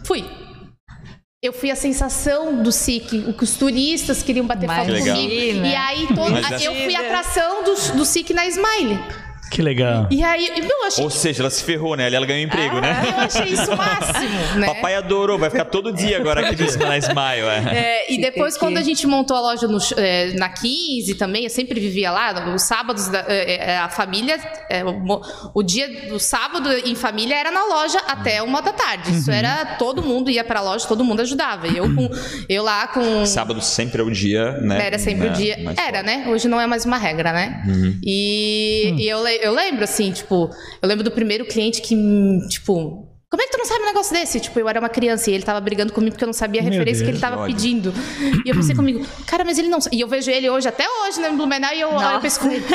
Speaker 5: Fui. eu fui a sensação do SIC, o que os turistas queriam bater foto
Speaker 4: Imagina.
Speaker 5: comigo.
Speaker 4: Legal.
Speaker 5: E aí todo-
Speaker 3: Mas
Speaker 5: eu
Speaker 4: essa-
Speaker 5: fui a atração do, do SIC na Smile.
Speaker 1: Que legal.
Speaker 5: E aí, e, meu, eu achei,
Speaker 3: Ou seja, ela se ferrou, né? Ali ela ganhou emprego, né?
Speaker 5: eu achei isso o máximo, Ah, né?
Speaker 3: Papai adorou, vai ficar todo dia agora aqui no na Smile. É.
Speaker 5: É, e depois, quando a gente montou a loja no ch- é, na 15 também, eu sempre vivia lá, os sábados, da- é, é, a família, é, o, mo- o dia do sábado em família era na loja até uma da tarde. Isso
Speaker 3: Uhum.
Speaker 5: era, todo mundo ia pra loja, todo mundo ajudava. E Eu, com, eu lá com...
Speaker 3: Sábado sempre é o dia, né?
Speaker 5: Era sempre
Speaker 3: Né?
Speaker 5: o dia.
Speaker 3: Mas-
Speaker 5: Era, né? Hoje não é mais uma regra, né?
Speaker 3: Uhum.
Speaker 5: E,
Speaker 1: Hum.
Speaker 5: e eu, le- eu lembro, assim, tipo, eu lembro do primeiro cliente que, hum, tipo, como é que tu não sabe um negócio desse? Tipo, eu era uma criança e ele tava brigando comigo porque eu não sabia a
Speaker 1: Meu
Speaker 5: referência que
Speaker 1: Deus,
Speaker 5: ele tava
Speaker 3: que ódio.
Speaker 5: pedindo. E eu pensei comigo, cara, mas ele não sabe. E eu vejo ele hoje, até hoje, né, no Blumenau, e eu olho e penso comigo.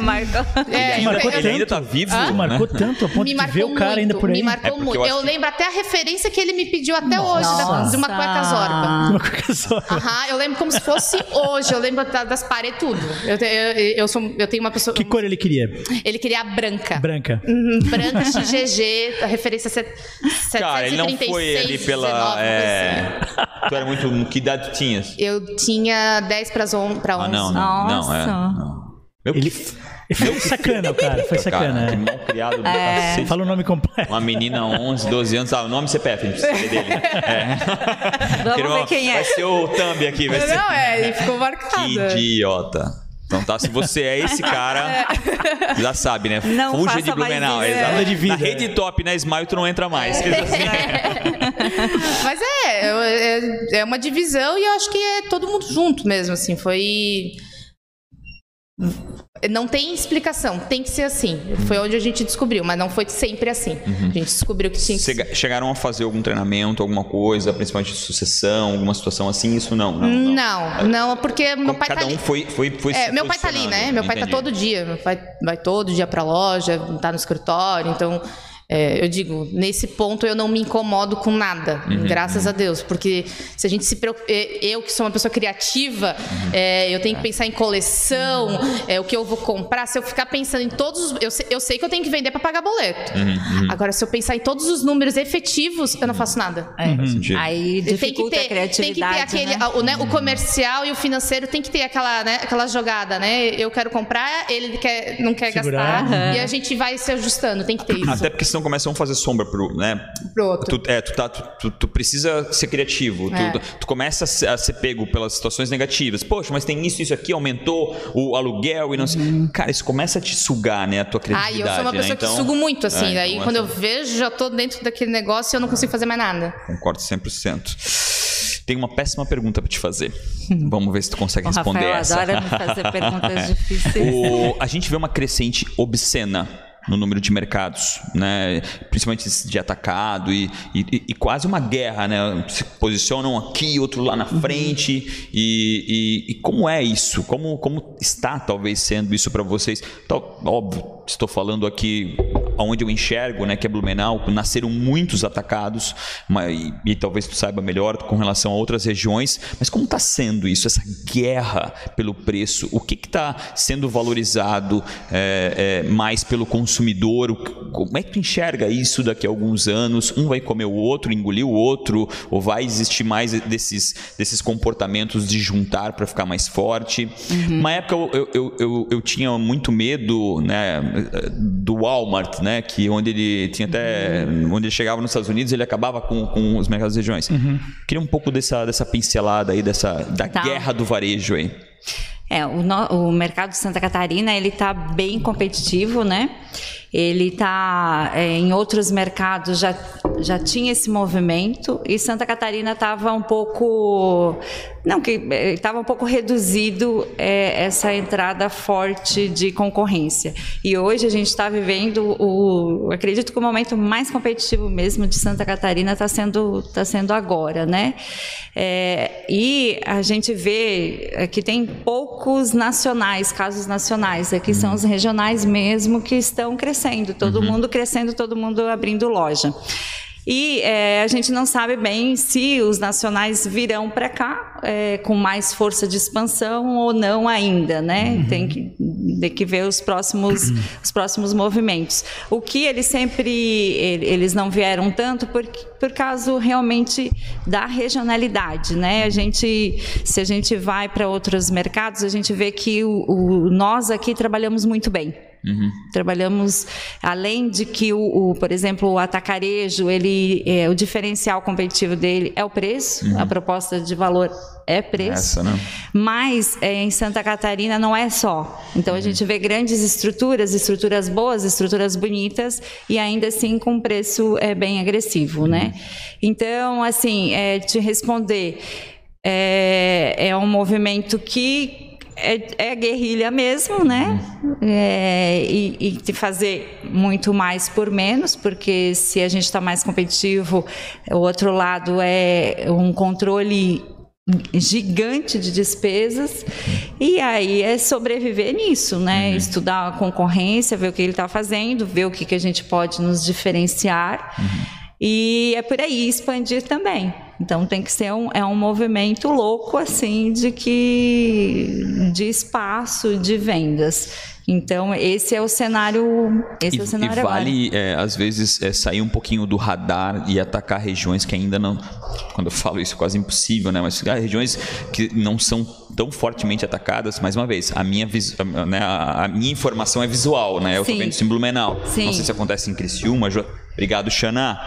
Speaker 4: Marcou.
Speaker 5: É,
Speaker 1: Ele marcou
Speaker 5: eu- Ah,
Speaker 3: Ele ainda tá vivo,
Speaker 1: Tu
Speaker 3: né?
Speaker 1: marcou tanto a ponto de
Speaker 5: me
Speaker 1: ver
Speaker 5: marcou
Speaker 1: o cara
Speaker 5: muito,
Speaker 1: ainda por aí.
Speaker 5: me marcou
Speaker 3: É, porque eu
Speaker 5: muito. Eu,
Speaker 3: acho que-
Speaker 5: lembro até a referência que ele me pediu até hoje, da-
Speaker 1: Nossa.
Speaker 5: de uma cueca zorba.
Speaker 1: Uma coisa só.
Speaker 5: Aham, eu lembro como se fosse hoje. Eu lembro da- das paredes tudo. Eu, te- eu, eu, sou, eu tenho uma pessoa.
Speaker 1: Que cor ele queria?
Speaker 5: Ele queria a branca.
Speaker 1: Branca.
Speaker 5: Uhum, branca XGG, a referência set- 736.
Speaker 3: Cara, ele não foi ali pela.
Speaker 5: 19,
Speaker 3: é,
Speaker 5: assim.
Speaker 3: Tu era muito. Que idade tu tinhas?
Speaker 5: Eu tinha 10 para 11.
Speaker 3: Ah, não, não. não, é,
Speaker 4: Nossa.
Speaker 3: não. Meu
Speaker 1: Ele,
Speaker 3: puta,
Speaker 1: ele foi sacana, o cara. Foi
Speaker 3: cara, que
Speaker 1: sacana.
Speaker 3: mal criado do
Speaker 1: é.
Speaker 3: cacete.
Speaker 1: Fala o nome completo.
Speaker 3: Uma menina 11, 12 anos, ah, o nome e CPF, a gente precisa saber dele. É.
Speaker 4: Vamos
Speaker 3: Queremos-
Speaker 4: ver quem é.
Speaker 3: Vai ser o thumb aqui, vai ser.
Speaker 5: Não, é, e ficou
Speaker 3: Que
Speaker 5: marcada.
Speaker 3: idiota. Então tá, se você é esse cara, já sabe, né?
Speaker 4: Não
Speaker 3: Fuja
Speaker 4: faça
Speaker 3: de Blumenau.
Speaker 4: mais isso,
Speaker 3: exato.
Speaker 1: é. Muda de vida,
Speaker 3: na rede
Speaker 1: é.
Speaker 3: top, na Smile, tu não entra mais. Quer dizer assim,
Speaker 5: Mas é, eu- é, é uma divisão e eu acho que é todo mundo junto mesmo, assim, foi... Não tem explicação, tem que ser assim. Foi onde a gente descobriu, mas não foi sempre assim.
Speaker 3: Uhum.
Speaker 5: A gente descobriu que tinha que ser.
Speaker 3: Chega- Chegaram a fazer algum treinamento, alguma coisa, principalmente de sucessão, alguma situação assim? Isso não, não. não.
Speaker 5: Não, não, porque meu
Speaker 3: Como
Speaker 5: pai
Speaker 3: Cada
Speaker 5: tá ali.
Speaker 3: um foi, foi, foi
Speaker 5: É,
Speaker 3: se
Speaker 5: meu pai tá ali, né?
Speaker 3: posicionando,
Speaker 5: Meu pai
Speaker 3: entendi.
Speaker 5: tá todo dia. Meu pai vai todo dia pra loja, tá no escritório. Então, é, eu digo, nesse ponto eu não me incomodo com nada, graças a Deus. Porque se a gente se preocupa. é, Eu, que sou uma pessoa criativa, é, eu tenho que pensar em coleção, é, o que eu vou comprar. Se eu ficar pensando em todos os. Eu sei, eu sei que eu tenho que vender pra pagar boleto. Agora, se eu pensar em todos os números efetivos, eu não faço nada.
Speaker 3: sentido.
Speaker 4: Uhum. Aí
Speaker 5: Tem que
Speaker 4: dificulta
Speaker 5: ter,
Speaker 4: a criatividade.
Speaker 5: tem que ter aquele,
Speaker 4: né?
Speaker 5: a- o, né, o comercial e o financeiro tem que ter aquela, né, aquela jogada, né? Eu quero comprar, ele quer, não quer
Speaker 1: Segurar.
Speaker 5: gastar e a gente vai se ajustando. Tem que ter isso
Speaker 3: Até porque senão começam a fazer sombra pro, né?
Speaker 5: pro outro.
Speaker 3: Tu, é, tu, tá, tu, tu- tu precisa ser criativo. Tu-
Speaker 5: É.
Speaker 3: Tu, tu começa a ser, a ser pego pelas situações negativas. Poxa, mas tem isso, isso aqui, aumentou o aluguel e não sei. Cara, isso começa a te sugar, né? A tua
Speaker 5: Uhum. Ah,
Speaker 3: criatividade.
Speaker 5: eu sou uma
Speaker 3: né?
Speaker 5: pessoa
Speaker 3: Então-
Speaker 5: que sugo muito, assim.
Speaker 3: É,
Speaker 5: daí
Speaker 3: então
Speaker 5: quando eu
Speaker 3: essa-
Speaker 5: vejo, já tô dentro daquele negócio e eu não consigo fazer mais nada.
Speaker 3: Concordo 100%. Tem uma péssima pergunta pra te fazer. Vamos ver se tu consegue
Speaker 4: O
Speaker 3: responder
Speaker 4: Rafael
Speaker 3: essa.
Speaker 4: adora me fazer perguntas difíceis.
Speaker 3: O- a gente vê uma crescente obscena no número de mercados, né? Principalmente esse de atacado e, e- e quase uma guerra, né? Se posicionam aqui, outro lá na frente. E, e- e como é isso? Como, como está talvez sendo isso para vocês? Tal- óbvio, estou falando aqui aonde eu enxergo, né? Que é Blumenau, nasceram muitos atacados, mas, e, e talvez tu saiba melhor com relação a outras regiões. Mas como está sendo isso? Essa guerra pelo preço? O que está sendo valorizado é, é, mais pelo consumidor? O que- como é que tu enxerga isso daqui a alguns anos? Um vai comer o outro, engolir o outro, ou vai existir mais desses, desses comportamentos de juntar para ficar mais forte? Uma época eu, eu, eu, eu, eu tinha muito medo né, do Walmart, né? Que onde ele tinha até. Onde ele chegava nos Estados Unidos, ele acabava com, com os mercados de regiões. Queria um pouco dessa, dessa pincelada aí, dessa, da
Speaker 4: Tá.
Speaker 3: guerra do varejo aí.
Speaker 4: É, o, no- o mercado de Santa Catarina ele está bem competitivo, né? Ele está em outros mercados já já tinha esse movimento e Santa Catarina estava um pouco não que estava um pouco reduzido é, essa entrada forte de concorrência e hoje a gente está vivendo o eu acredito que o momento mais competitivo mesmo de Santa Catarina está sendo tá sendo agora, né? É, e a gente vê é, que tem poucos nacionais, casos nacionais. Aqui são os regionais mesmo que estão crescendo, todo mundo crescendo, todo mundo abrindo loja. E é, a gente não sabe bem se os nacionais virão para cá é, com mais força de expansão ou não ainda, né? Tem, que, tem que ver os próximos, os próximos movimentos. O que eles sempre, ele- eles não vieram tanto por, por causa realmente da regionalidade, né? A gente, se a gente vai para outros mercados, a gente vê que o- o, nós aqui trabalhamos muito bem. Trabalhamos, além de que, o, o, por exemplo, o atacarejo, ele, é, o diferencial competitivo dele é o preço, a proposta de valor é preço.
Speaker 3: Uhum. Essa, né?
Speaker 4: Mas é, em Santa Catarina não é só. Então a gente vê grandes estruturas, estruturas boas, estruturas bonitas e ainda assim com preço é, bem agressivo, né? Então, assim, é, te responder, é, é um movimento que é, é guerrilha mesmo, né? É, e, e de fazer muito mais por menos, porque se a gente está mais competitivo, o outro lado é um controle gigante de despesas e aí é sobreviver nisso, né?
Speaker 3: Uhum.
Speaker 4: Estudar a concorrência, ver o que ele está fazendo, ver o que, que a gente pode nos diferenciar
Speaker 3: Uhum.
Speaker 4: e é por aí expandir também. Então tem que ser um é um movimento louco assim de que de espaço de vendas. Então esse é o cenário esse
Speaker 3: E,
Speaker 4: é o
Speaker 3: e
Speaker 4: cenário agora.
Speaker 3: vale, é, às vezes, é, sair um pouquinho do radar e atacar regiões que ainda não. Quando eu falo isso, é quase impossível, né? Mas ah, regiões que não são tão fortemente atacadas. Mais uma vez, a minha, vis- a- né, a, a minha informação é visual, né? Eu tô
Speaker 4: Sim.
Speaker 3: vendo isso em Blumenau. Não
Speaker 4: Sim.
Speaker 3: sei se acontece em Criciúma. Jo... Obrigado, Xana.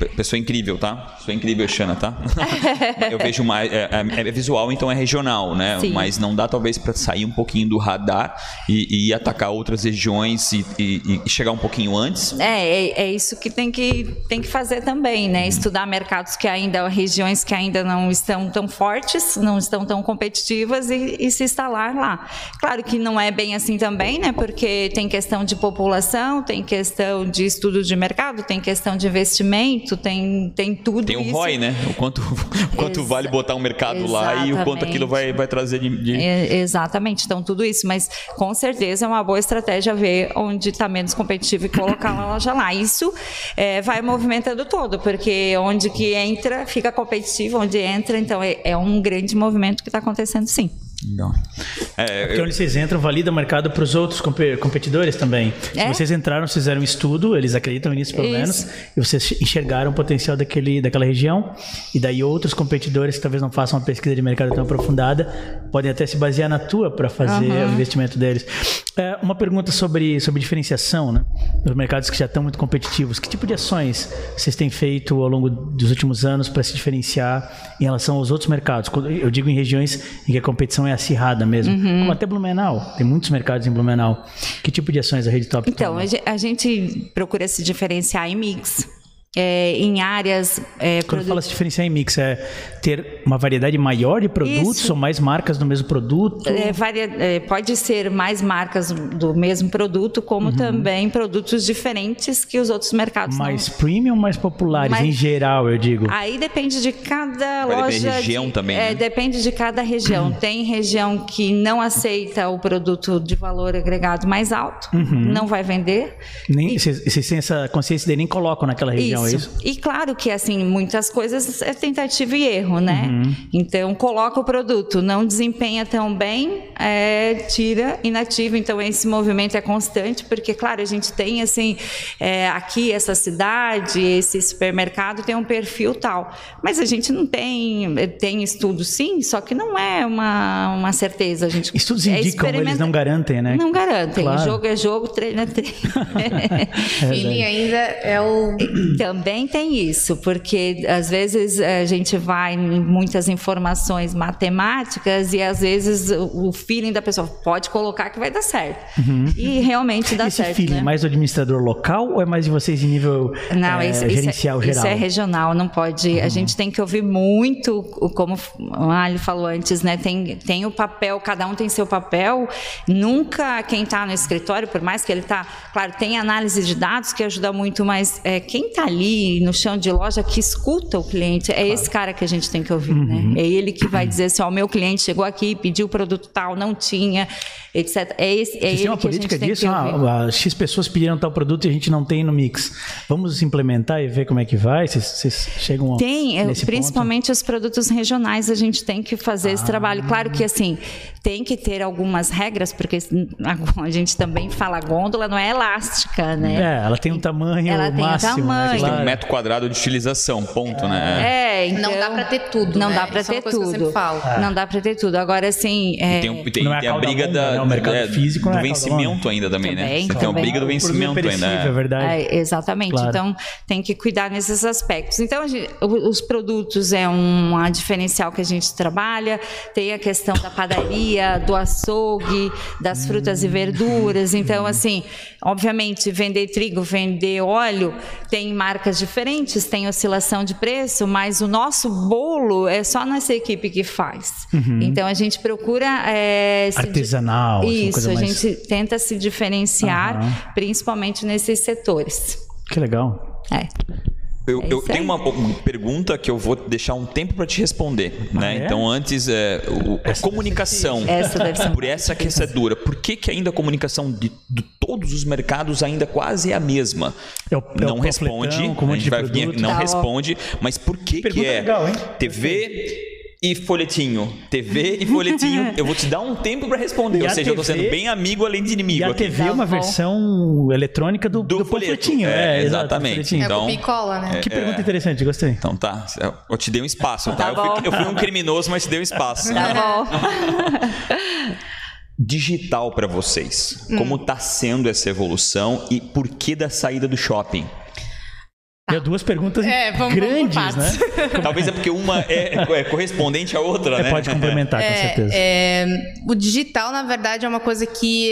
Speaker 3: Pe- Pessoa incrível, tá? Pessoa incrível, Xana, tá? eu vejo mais. É, é- é visual, então é regional, né?
Speaker 4: Sim.
Speaker 3: Mas não dá, talvez, para sair um pouquinho do radar e, e atacar outras regiões e, e- e chegar um pouquinho antes.
Speaker 4: É, é, é isso que tem, que tem que fazer também, né? Estudar mercados que ainda, regiões que ainda não estão tão fortes, não estão tão competitivas e, e se instalar lá. Claro que não é bem assim também, né? Porque tem questão de população, tem questão de estudo de mercado, tem questão de investimento, tem, tem tudo
Speaker 3: Tem o
Speaker 4: isso.
Speaker 3: ROI, né? O quanto, o quanto
Speaker 4: Exa-
Speaker 3: vale botar um mercado lá e o quanto aquilo vai, vai trazer de. de-
Speaker 4: É, exatamente, então tudo isso, mas com certeza é uma boa estratégia ver onde está menos competitivo e colocar uma loja lá. Isso é, vai movimentando todo, porque onde que entra, fica competitivo, onde entra, então é, é um grande movimento que está acontecendo sim.
Speaker 3: Não. É,
Speaker 1: Porque onde vocês entram valida o mercado para os outros compe- competidores também. Se
Speaker 4: É?
Speaker 1: vocês entraram, vocês fizeram um estudo, eles acreditam nisso pelo
Speaker 4: Isso.
Speaker 1: menos, e vocês enxergaram o potencial daquele, daquela região, e daí outros competidores que talvez não façam uma pesquisa de mercado tão aprofundada, podem até se basear na tua para fazer o investimento deles. É, uma pergunta sobre, sobre diferenciação, né? Nos mercados que já estão muito competitivos, que tipo de ações vocês têm feito ao longo dos últimos anos para se diferenciar em relação aos outros mercados? Quando eu digo em regiões em que a competição é acirrada mesmo, como até Blumenau, tem muitos mercados em Blumenau. Que tipo de ações a Rede Top
Speaker 4: Então,
Speaker 1: toma?
Speaker 4: a ge- a gente procura se diferenciar em mix, é, em áreas é,
Speaker 1: Quando
Speaker 4: produ-
Speaker 1: fala se diferenciar em mix, é ter uma variedade maior de produtos
Speaker 4: Isso.
Speaker 1: ou mais marcas no mesmo produto?
Speaker 4: É, varia- é, pode ser mais marcas do mesmo produto, como
Speaker 1: Uhum.
Speaker 4: também produtos diferentes que os outros mercados não-
Speaker 1: mais premium, mais populares,
Speaker 4: Mais- Ah,
Speaker 1: em geral, eu digo.
Speaker 4: Aí depende de cada
Speaker 3: Vai
Speaker 4: loja.
Speaker 3: depender da região
Speaker 4: de-
Speaker 3: também,
Speaker 4: é,
Speaker 3: né?
Speaker 4: Depende de cada região. Tem região que não aceita o produto de valor agregado mais alto, não vai vender.
Speaker 1: Nem, vocês, vocês têm essa consciência de nem colocam naquela região, é isso?
Speaker 4: E claro que, assim, muitas coisas é tentativa e erro, né?
Speaker 1: Uhum.
Speaker 4: Então, coloca o produto, não desempenha tão bem, é, tira inativa. Então, esse movimento é constante, porque, claro, a gente tem, assim, é, aqui essa cidade, esse supermercado tem um perfil tal. Mas a gente não tem, é, tem estudo sim, só que não é uma, uma certeza. A gente
Speaker 1: Estudos
Speaker 4: é
Speaker 1: indicam, eles
Speaker 4: experimenta-
Speaker 1: não garantem, né?
Speaker 4: Não garantem.
Speaker 1: Claro.
Speaker 4: Jogo é jogo, treino é treino.
Speaker 1: É
Speaker 5: Feeling ainda é o
Speaker 4: Também tem isso, porque às vezes eh, a gente vai em muitas informações matemáticas e às vezes o o feeling da pessoa pode colocar que vai dar certo. E realmente dá
Speaker 1: Uhum. Esse
Speaker 4: certo.
Speaker 1: feeling
Speaker 4: né?
Speaker 1: é mais do administrador local ou é mais de vocês em nível
Speaker 4: Não,
Speaker 1: eh,
Speaker 4: isso, isso
Speaker 1: gerencial
Speaker 4: é,
Speaker 1: geral? Uhum.
Speaker 4: Isso é regional, não pode. A gente tem que ouvir muito, o- como o Ali falou antes, né? Tem, tem o papel, cada um tem seu papel. Nunca quem tá está no escritório, por mais que ele está. Claro, tem análise de dados que ajuda muito, mas é, quem está ali ali no chão de loja que escuta o cliente. É esse cara que a gente tem que ouvir,
Speaker 1: Uhum.
Speaker 4: né? É ele que vai dizer assim: ó, o meu cliente chegou aqui, pediu o produto tal, não tinha, etc. É, esse,
Speaker 1: Vocês
Speaker 4: é
Speaker 1: têm
Speaker 4: ele
Speaker 1: uma
Speaker 4: que a gente
Speaker 1: política
Speaker 4: tem
Speaker 1: disso?
Speaker 4: que ouvir.
Speaker 1: Ah, ah, X pessoas pediram tal produto e a gente não tem no mix. Vamos implementar e ver como é que vai? Vocês- Vocês chegam a-
Speaker 4: Tem, eu-
Speaker 1: nesse ponto? né?
Speaker 4: principalmente os produtos regionais, a gente tem que fazer esse trabalho.
Speaker 1: Ah.
Speaker 4: Claro que, assim, tem que ter algumas regras, porque a- a gente também fala, a gôndola não é elástica, né?
Speaker 1: É, ela tem um tamanho
Speaker 4: Ela tem um
Speaker 1: máximo. Né?
Speaker 4: tamanho.
Speaker 3: Tem um
Speaker 1: Claro.
Speaker 3: metro quadrado de utilização, ponto, né?
Speaker 4: É,
Speaker 5: Não
Speaker 4: então-
Speaker 5: dá pra ter tudo,
Speaker 4: Não
Speaker 5: né?
Speaker 4: dá pra
Speaker 5: Isso é
Speaker 4: ter
Speaker 5: uma coisa que eu
Speaker 4: tudo.
Speaker 5: sempre falo.
Speaker 1: É.
Speaker 4: Não dá pra ter tudo. Agora, assim, é,
Speaker 3: E tem, um- tem,
Speaker 1: Não é a
Speaker 3: tem a
Speaker 1: cauda
Speaker 3: briga
Speaker 1: longa,
Speaker 3: da,
Speaker 1: né? O mercado
Speaker 3: é,
Speaker 1: físico não
Speaker 3: do
Speaker 1: é a cauda
Speaker 3: vencimento
Speaker 1: longa.
Speaker 3: ainda também, né? Você
Speaker 4: Também,
Speaker 3: tem uma
Speaker 4: também.
Speaker 3: briga do
Speaker 1: O produto
Speaker 3: vencimento ainda.
Speaker 1: Um perecível, É
Speaker 3: é.
Speaker 1: verdade.
Speaker 4: É, exatamente.
Speaker 1: Claro.
Speaker 4: Então, tem que cuidar nesses aspectos. Então, a gente- o- os produtos é um diferencial que a gente trabalha. Tem a questão da padaria, do açougue, das frutas
Speaker 1: Hum.
Speaker 4: e verduras. Então, assim, obviamente, vender trigo, vender óleo, tem marcas diferentes, tem oscilação de preço, mas o nosso bolo é só nossa equipe que faz. Então, a gente procura... é, se di-
Speaker 1: Uhum. Artesanal, assim,
Speaker 4: Isso,
Speaker 1: coisa
Speaker 4: a
Speaker 1: mais-
Speaker 4: gente tenta se diferenciar,
Speaker 1: Aham.
Speaker 4: principalmente nesses setores.
Speaker 1: Que legal.
Speaker 4: É.
Speaker 3: Eu,
Speaker 4: É
Speaker 3: eu
Speaker 4: isso
Speaker 3: tenho
Speaker 4: aí.
Speaker 3: uma po- pergunta que eu vou deixar um tempo para te responder, né?
Speaker 1: é?
Speaker 3: Então antes é o- a comunicação.
Speaker 4: Essa deve ser
Speaker 3: Por essa que essa é dura. Por que, que ainda a comunicação de, de todos os mercados ainda quase é a mesma?
Speaker 1: É o- é o
Speaker 3: não responde,
Speaker 1: panfletão com um
Speaker 3: a
Speaker 1: monte
Speaker 3: gente
Speaker 1: de
Speaker 3: vai vir
Speaker 1: produto.
Speaker 3: aqui, não
Speaker 4: Tá, ó.
Speaker 3: responde, mas por que que
Speaker 1: Pergunta
Speaker 3: é?
Speaker 1: legal, hein?
Speaker 3: TV e folhetinho, TV e folhetinho. eu vou te dar um tempo para responder,
Speaker 1: E
Speaker 3: ou
Speaker 1: a
Speaker 3: seja, eu tô
Speaker 1: TV
Speaker 3: sendo bem amigo além de
Speaker 1: E
Speaker 3: inimigo.
Speaker 1: a
Speaker 3: aqui.
Speaker 1: TV é
Speaker 4: Tá
Speaker 1: uma
Speaker 4: bom.
Speaker 1: versão eletrônica do,
Speaker 3: Do
Speaker 1: do,
Speaker 3: folheto.
Speaker 1: panfletinho.
Speaker 3: É,
Speaker 1: É, exato,
Speaker 3: exatamente.
Speaker 1: do
Speaker 5: É
Speaker 1: folhetinho.
Speaker 3: Então, é.
Speaker 5: copia e cola, né?
Speaker 1: que pergunta interessante, gostei.
Speaker 3: Então tá, eu te dei um espaço, tá?
Speaker 4: Tá
Speaker 3: eu, fui,
Speaker 4: bom.
Speaker 3: eu fui um criminoso, mas te dei um espaço.
Speaker 4: Tá bom.
Speaker 3: Digital para vocês.
Speaker 4: Hum.
Speaker 3: Como tá sendo essa evolução e por que da saída do shopping?
Speaker 1: Deu duas perguntas
Speaker 5: É, vamos- vamos por
Speaker 1: grandes,
Speaker 5: partes.
Speaker 1: né?
Speaker 3: Talvez é porque uma é, é correspondente à outra, né?
Speaker 1: É, pode complementar, com certeza.
Speaker 5: É, o digital, na verdade, é uma coisa que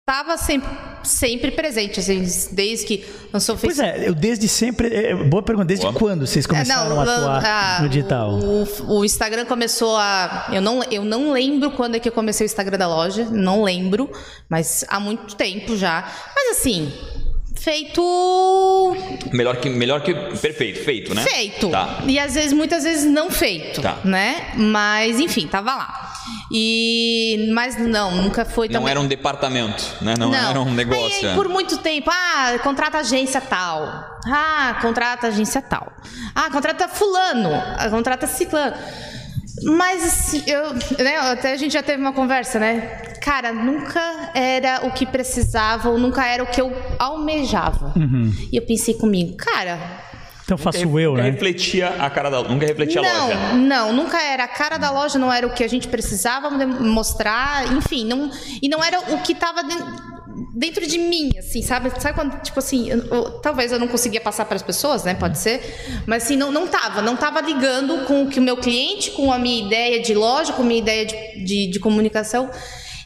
Speaker 5: estava sempre, sempre presente, assim, desde que lançou o
Speaker 1: Pois
Speaker 5: Facebook.
Speaker 1: é, eu desde sempre. é, Boa pergunta, desde
Speaker 3: Boa.
Speaker 1: quando vocês começaram a
Speaker 5: É, lan-
Speaker 1: atuar
Speaker 5: ah,
Speaker 1: no digital?
Speaker 5: O, o Instagram começou a. Eu não, eu não lembro quando é que eu comecei o Instagram da loja, não lembro, mas há muito tempo já. Mas assim, feito.
Speaker 3: É. Melhor que, melhor que perfeito, feito, né?
Speaker 5: Feito.
Speaker 3: Tá.
Speaker 5: E às vezes, muitas vezes não feito,
Speaker 3: Tá.
Speaker 5: né? Mas enfim, tava lá. E mas não, nunca foi
Speaker 3: Não
Speaker 5: também.
Speaker 3: era um departamento, né? Não, era um negócio.
Speaker 5: Então Aí,
Speaker 3: né?
Speaker 5: por muito tempo, ah, contrata agência tal. Ah, contrata agência tal. Ah, contrata fulano. Ah, contrata ciclano. Mas assim, eu, né, até a gente já teve uma conversa, né? Cara, nunca era o que precisava, ou nunca era o que eu almejava.
Speaker 3: Uhum.
Speaker 5: E eu pensei comigo, cara,
Speaker 1: então faço eu,
Speaker 3: nunca
Speaker 1: né?
Speaker 3: refletia a cara da Nunca refletia a
Speaker 5: não,
Speaker 3: loja.
Speaker 5: Não, nunca era. A cara da loja não era o que a gente precisava de- mostrar, enfim, não, e não era o que estava dentro de mim, assim, sabe? Sabe quando, tipo assim, eu- eu- talvez eu não conseguia passar para as pessoas, né? Pode ser, mas assim, não, não tava, não tava ligando com o que o meu cliente, com a minha ideia de loja, com a minha ideia de, de- de comunicação.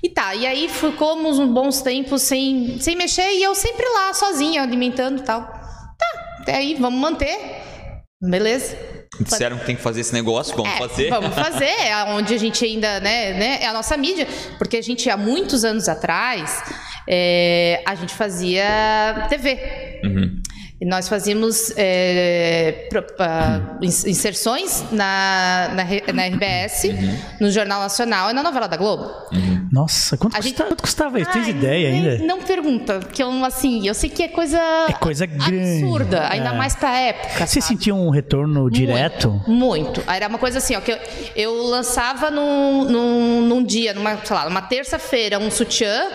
Speaker 5: E tá, e aí ficamos uns bons tempos sem, sem mexer e eu sempre lá, sozinha, alimentando e tal. Tá, até aí, vamos manter. Beleza.
Speaker 3: Disseram que tem que fazer esse negócio, vamos
Speaker 5: É,
Speaker 3: fazer.
Speaker 5: Vamos fazer, é onde a gente ainda, né, né, é a nossa mídia, porque a gente há muitos anos atrás, é, a gente fazia TV.
Speaker 3: Uhum.
Speaker 5: E nós fazíamos é, pro- pa- ins- inserções na, na, re- na RBS,
Speaker 1: Uhum.
Speaker 5: no Jornal Nacional e na novela da Globo.
Speaker 1: Nossa, quanto,
Speaker 5: é. A gente-
Speaker 1: custa- quanto custava isso? Tens
Speaker 5: Ai,
Speaker 1: ideia
Speaker 5: nem-
Speaker 1: ainda?
Speaker 5: Não pergunta, porque eu, assim, eu sei que é coisa,
Speaker 1: É coisa grande,
Speaker 5: absurda, ainda
Speaker 1: é.
Speaker 5: mais pra época.
Speaker 1: Você
Speaker 5: sabe?
Speaker 1: sentiu um retorno direto?
Speaker 5: Muito. Era uma coisa assim, ó, que eu, eu lançava num, num, num dia, numa, sei lá, numa terça-feira, um sutiã,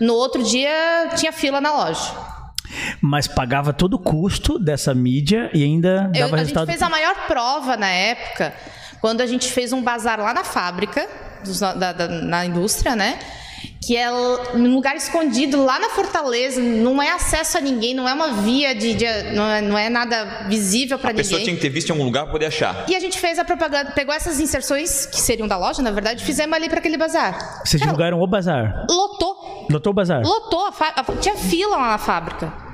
Speaker 5: no outro dia tinha fila na loja.
Speaker 1: Mas pagava todo o custo dessa mídia e ainda
Speaker 5: Eu-
Speaker 1: dava
Speaker 5: a gente
Speaker 1: resultado.
Speaker 5: fez a maior prova na época, quando a gente fez um bazar lá na fábrica, dos- na- da, da- na indústria, né? Que é l- um lugar escondido lá na Fortaleza, não é acesso a ninguém, não é uma via de. de- não, é, não é nada visível para
Speaker 3: A pessoa
Speaker 5: ninguém.
Speaker 3: tinha que ter visto em algum lugar pra poder achar.
Speaker 5: E a gente fez a propaganda, pegou essas inserções, que seriam da loja, na verdade, e fizemos ali para aquele bazar.
Speaker 1: Vocês
Speaker 5: Cara,
Speaker 1: divulgaram o bazar.
Speaker 5: Lotou.
Speaker 1: Lotou o bazar.
Speaker 5: Lotou. A fa- a- tinha fila lá na fábrica.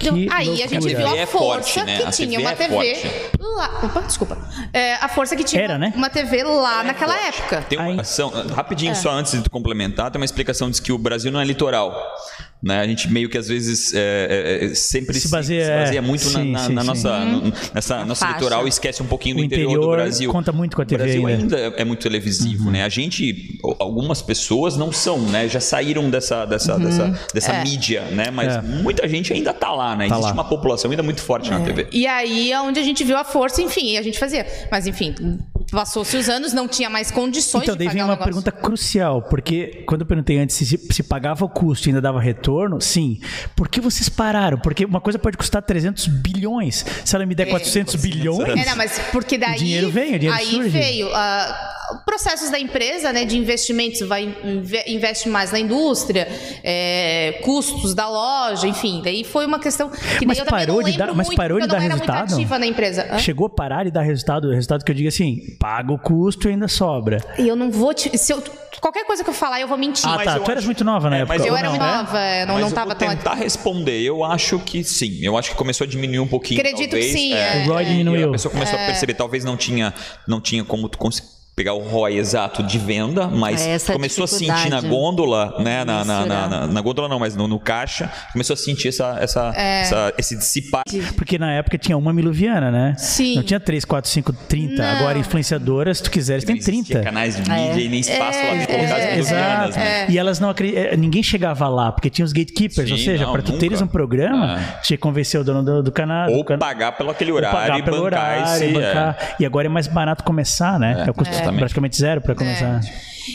Speaker 5: Então,
Speaker 1: Que
Speaker 5: aí a gente
Speaker 1: loucura.
Speaker 5: viu
Speaker 3: A
Speaker 5: a
Speaker 3: TV é
Speaker 5: força
Speaker 3: forte, né?
Speaker 5: que
Speaker 3: A
Speaker 5: tinha
Speaker 3: TV
Speaker 5: uma
Speaker 3: é
Speaker 5: TV lá. Opa, desculpa. É, a força que tinha
Speaker 1: Era, né?
Speaker 5: uma TV lá naquela época.
Speaker 3: Tem uma
Speaker 1: Ai.
Speaker 3: ação, rapidinho só antes de tu complementar, tem uma explicação diz que o Brasil não é litoral. Né? A gente meio que às vezes é, é, é, sempre
Speaker 1: Se
Speaker 3: se
Speaker 1: baseia-
Speaker 3: baseia,
Speaker 1: é,
Speaker 3: muito na-
Speaker 1: sim,
Speaker 3: na,
Speaker 1: sim,
Speaker 3: na
Speaker 1: sim. Uhum.
Speaker 3: nossa, no- nessa,
Speaker 4: Na
Speaker 3: nosso
Speaker 4: faixa.
Speaker 3: litoral e esquece um pouquinho do
Speaker 1: O
Speaker 3: interior, do
Speaker 1: interior
Speaker 3: Brasil.
Speaker 1: conta muito com a né? TV
Speaker 3: O Brasil
Speaker 1: ainda.
Speaker 3: ainda é é muito televisivo,
Speaker 1: Uhum.
Speaker 3: né? A gente, o- algumas pessoas não são, né? Já saíram dessa, dessa, dessa, dessa mídia, né? Mas
Speaker 1: Uhum. É.
Speaker 3: muita gente ainda tá lá, né?
Speaker 1: Tá
Speaker 3: Existe
Speaker 1: lá.
Speaker 3: uma população ainda muito forte na TV.
Speaker 5: E aí é onde a gente viu a força, enfim, e a gente fazia. Mas enfim, passou-se os anos, não tinha mais condições
Speaker 1: Então,
Speaker 5: de
Speaker 1: daí
Speaker 5: pagar
Speaker 1: vem
Speaker 5: o
Speaker 1: uma
Speaker 5: negócio.
Speaker 1: pergunta crucial, porque quando eu perguntei antes se, se pagava o custo e ainda dava retorno, sim. Por que vocês pararam? Porque uma coisa pode custar 300 bilhões. Se ela me der 400 bilhões.
Speaker 5: É, não, mas porque daí.
Speaker 1: O dinheiro vem, o dinheiro
Speaker 5: aí
Speaker 1: surge.
Speaker 5: veio. ah, processos da empresa, né, de investimentos, vai inve- investe mais na indústria, é, custos da loja, enfim. Daí foi uma questão que
Speaker 1: Mas
Speaker 5: daí eu também
Speaker 1: parou
Speaker 5: não
Speaker 1: de
Speaker 5: lembro
Speaker 1: dar- mas
Speaker 5: muito,
Speaker 1: parou de
Speaker 5: porque
Speaker 1: dar
Speaker 5: eu não era
Speaker 1: resultado?
Speaker 5: muito ativa na empresa. Hã?
Speaker 1: Chegou a parar e dar resultado, o resultado que eu digo assim, paga o custo e ainda sobra.
Speaker 5: E eu não vou te. Se eu, qualquer coisa que eu falar, eu vou mentir.
Speaker 1: Ah,
Speaker 3: Mas
Speaker 1: tá.
Speaker 3: eu
Speaker 1: Tu eras
Speaker 3: acho-
Speaker 1: muito nova na
Speaker 3: É,
Speaker 1: época.
Speaker 3: mas
Speaker 5: eu
Speaker 1: ou
Speaker 5: era
Speaker 1: não, né?
Speaker 5: nova, eu não,
Speaker 3: Mas
Speaker 5: não
Speaker 3: eu
Speaker 5: tava
Speaker 3: vou
Speaker 5: tão
Speaker 3: tentar
Speaker 5: ativa.
Speaker 3: responder. Eu acho que sim. Eu acho que começou a diminuir um pouquinho.
Speaker 5: Acredito que
Speaker 3: talvez.
Speaker 5: sim,
Speaker 3: É.
Speaker 5: é.
Speaker 1: O ROI
Speaker 3: E a
Speaker 1: diminuiu.
Speaker 3: pessoa começou a perceber, talvez não tinha, não tinha como tu conseguir pegar o ROI exato de venda, mas
Speaker 4: É, essa
Speaker 3: começou a
Speaker 4: dificuldade.
Speaker 3: sentir na gôndola, né? Na, na, na,
Speaker 4: Mensurar.
Speaker 3: na- na gôndola não, mas no, no caixa, começou a sentir essa, essa,
Speaker 5: É.
Speaker 3: essa- esse dissipar.
Speaker 1: Porque na época tinha uma miluviana, né?
Speaker 5: Sim.
Speaker 1: Não tinha 3, 4, 5, 30. Agora, influenciadoras, se tu quiseres, tem
Speaker 3: Existia
Speaker 1: 30.
Speaker 3: canais
Speaker 5: É.
Speaker 3: de mídia e nem espaço lá de colocar as
Speaker 1: É. Exato.
Speaker 3: propagandas, né?
Speaker 1: E elas não acre- eh, Ninguém chegava lá, porque tinha os gatekeepers.
Speaker 3: Sim,
Speaker 1: ou seja,
Speaker 3: não,
Speaker 1: para tu
Speaker 3: nunca.
Speaker 1: teres um programa,
Speaker 3: Ah.
Speaker 1: tinha que convencer o dono do, do canal.
Speaker 3: Ou
Speaker 1: do cana-
Speaker 3: pagar pelo aquele
Speaker 1: ou
Speaker 3: horário e bancar esse. é.
Speaker 1: bancar. E agora é mais barato começar, né? É, o custo
Speaker 3: exatamente.
Speaker 1: praticamente zero para começar.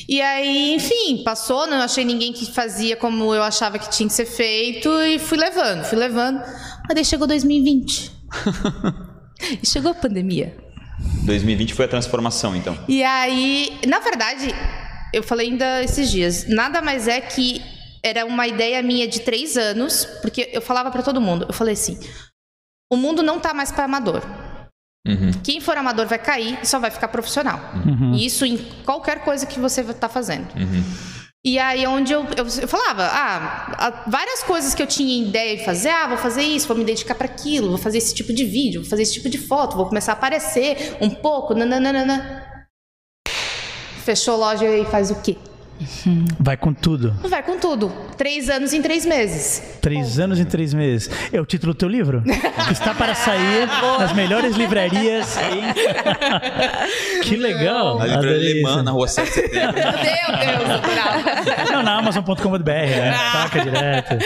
Speaker 5: E aí, enfim, passou, não achei ninguém que fazia como eu achava que tinha que ser feito e fui levando, fui levando. Mas daí chegou 2020. e chegou a pandemia.
Speaker 3: 2020 foi a transformação, então.
Speaker 5: E aí, na verdade, eu falei ainda esses dias, nada mais é que era uma ideia minha de três anos, porque eu falava pra todo mundo, eu falei assim, o mundo não tá mais pra amador. Quem for amador vai cair e só vai ficar profissional. E isso em qualquer coisa que você tá fazendo. E aí onde eu, eu, eu falava, ah, a- várias coisas que eu tinha ideia de fazer, ah, vou fazer isso, vou me dedicar para aquilo, vou fazer esse tipo de vídeo, vou fazer esse tipo de foto, vou começar a aparecer um pouco, nananana. Fechou loja e faz o quê?
Speaker 1: Vai com tudo.
Speaker 5: Vai com tudo. Três anos em três meses.
Speaker 1: Três anos e três meses. É o título do teu livro? Que está para sair nas melhores livrarias. que legal.
Speaker 3: Na livraria
Speaker 1: Adorei
Speaker 3: alemã, né?
Speaker 1: isso.
Speaker 3: na rua 7 de setembro.
Speaker 5: Meu Deus, eu brava.
Speaker 1: Não, na Amazon.com.br, né?
Speaker 5: Ah.
Speaker 1: Toca direto.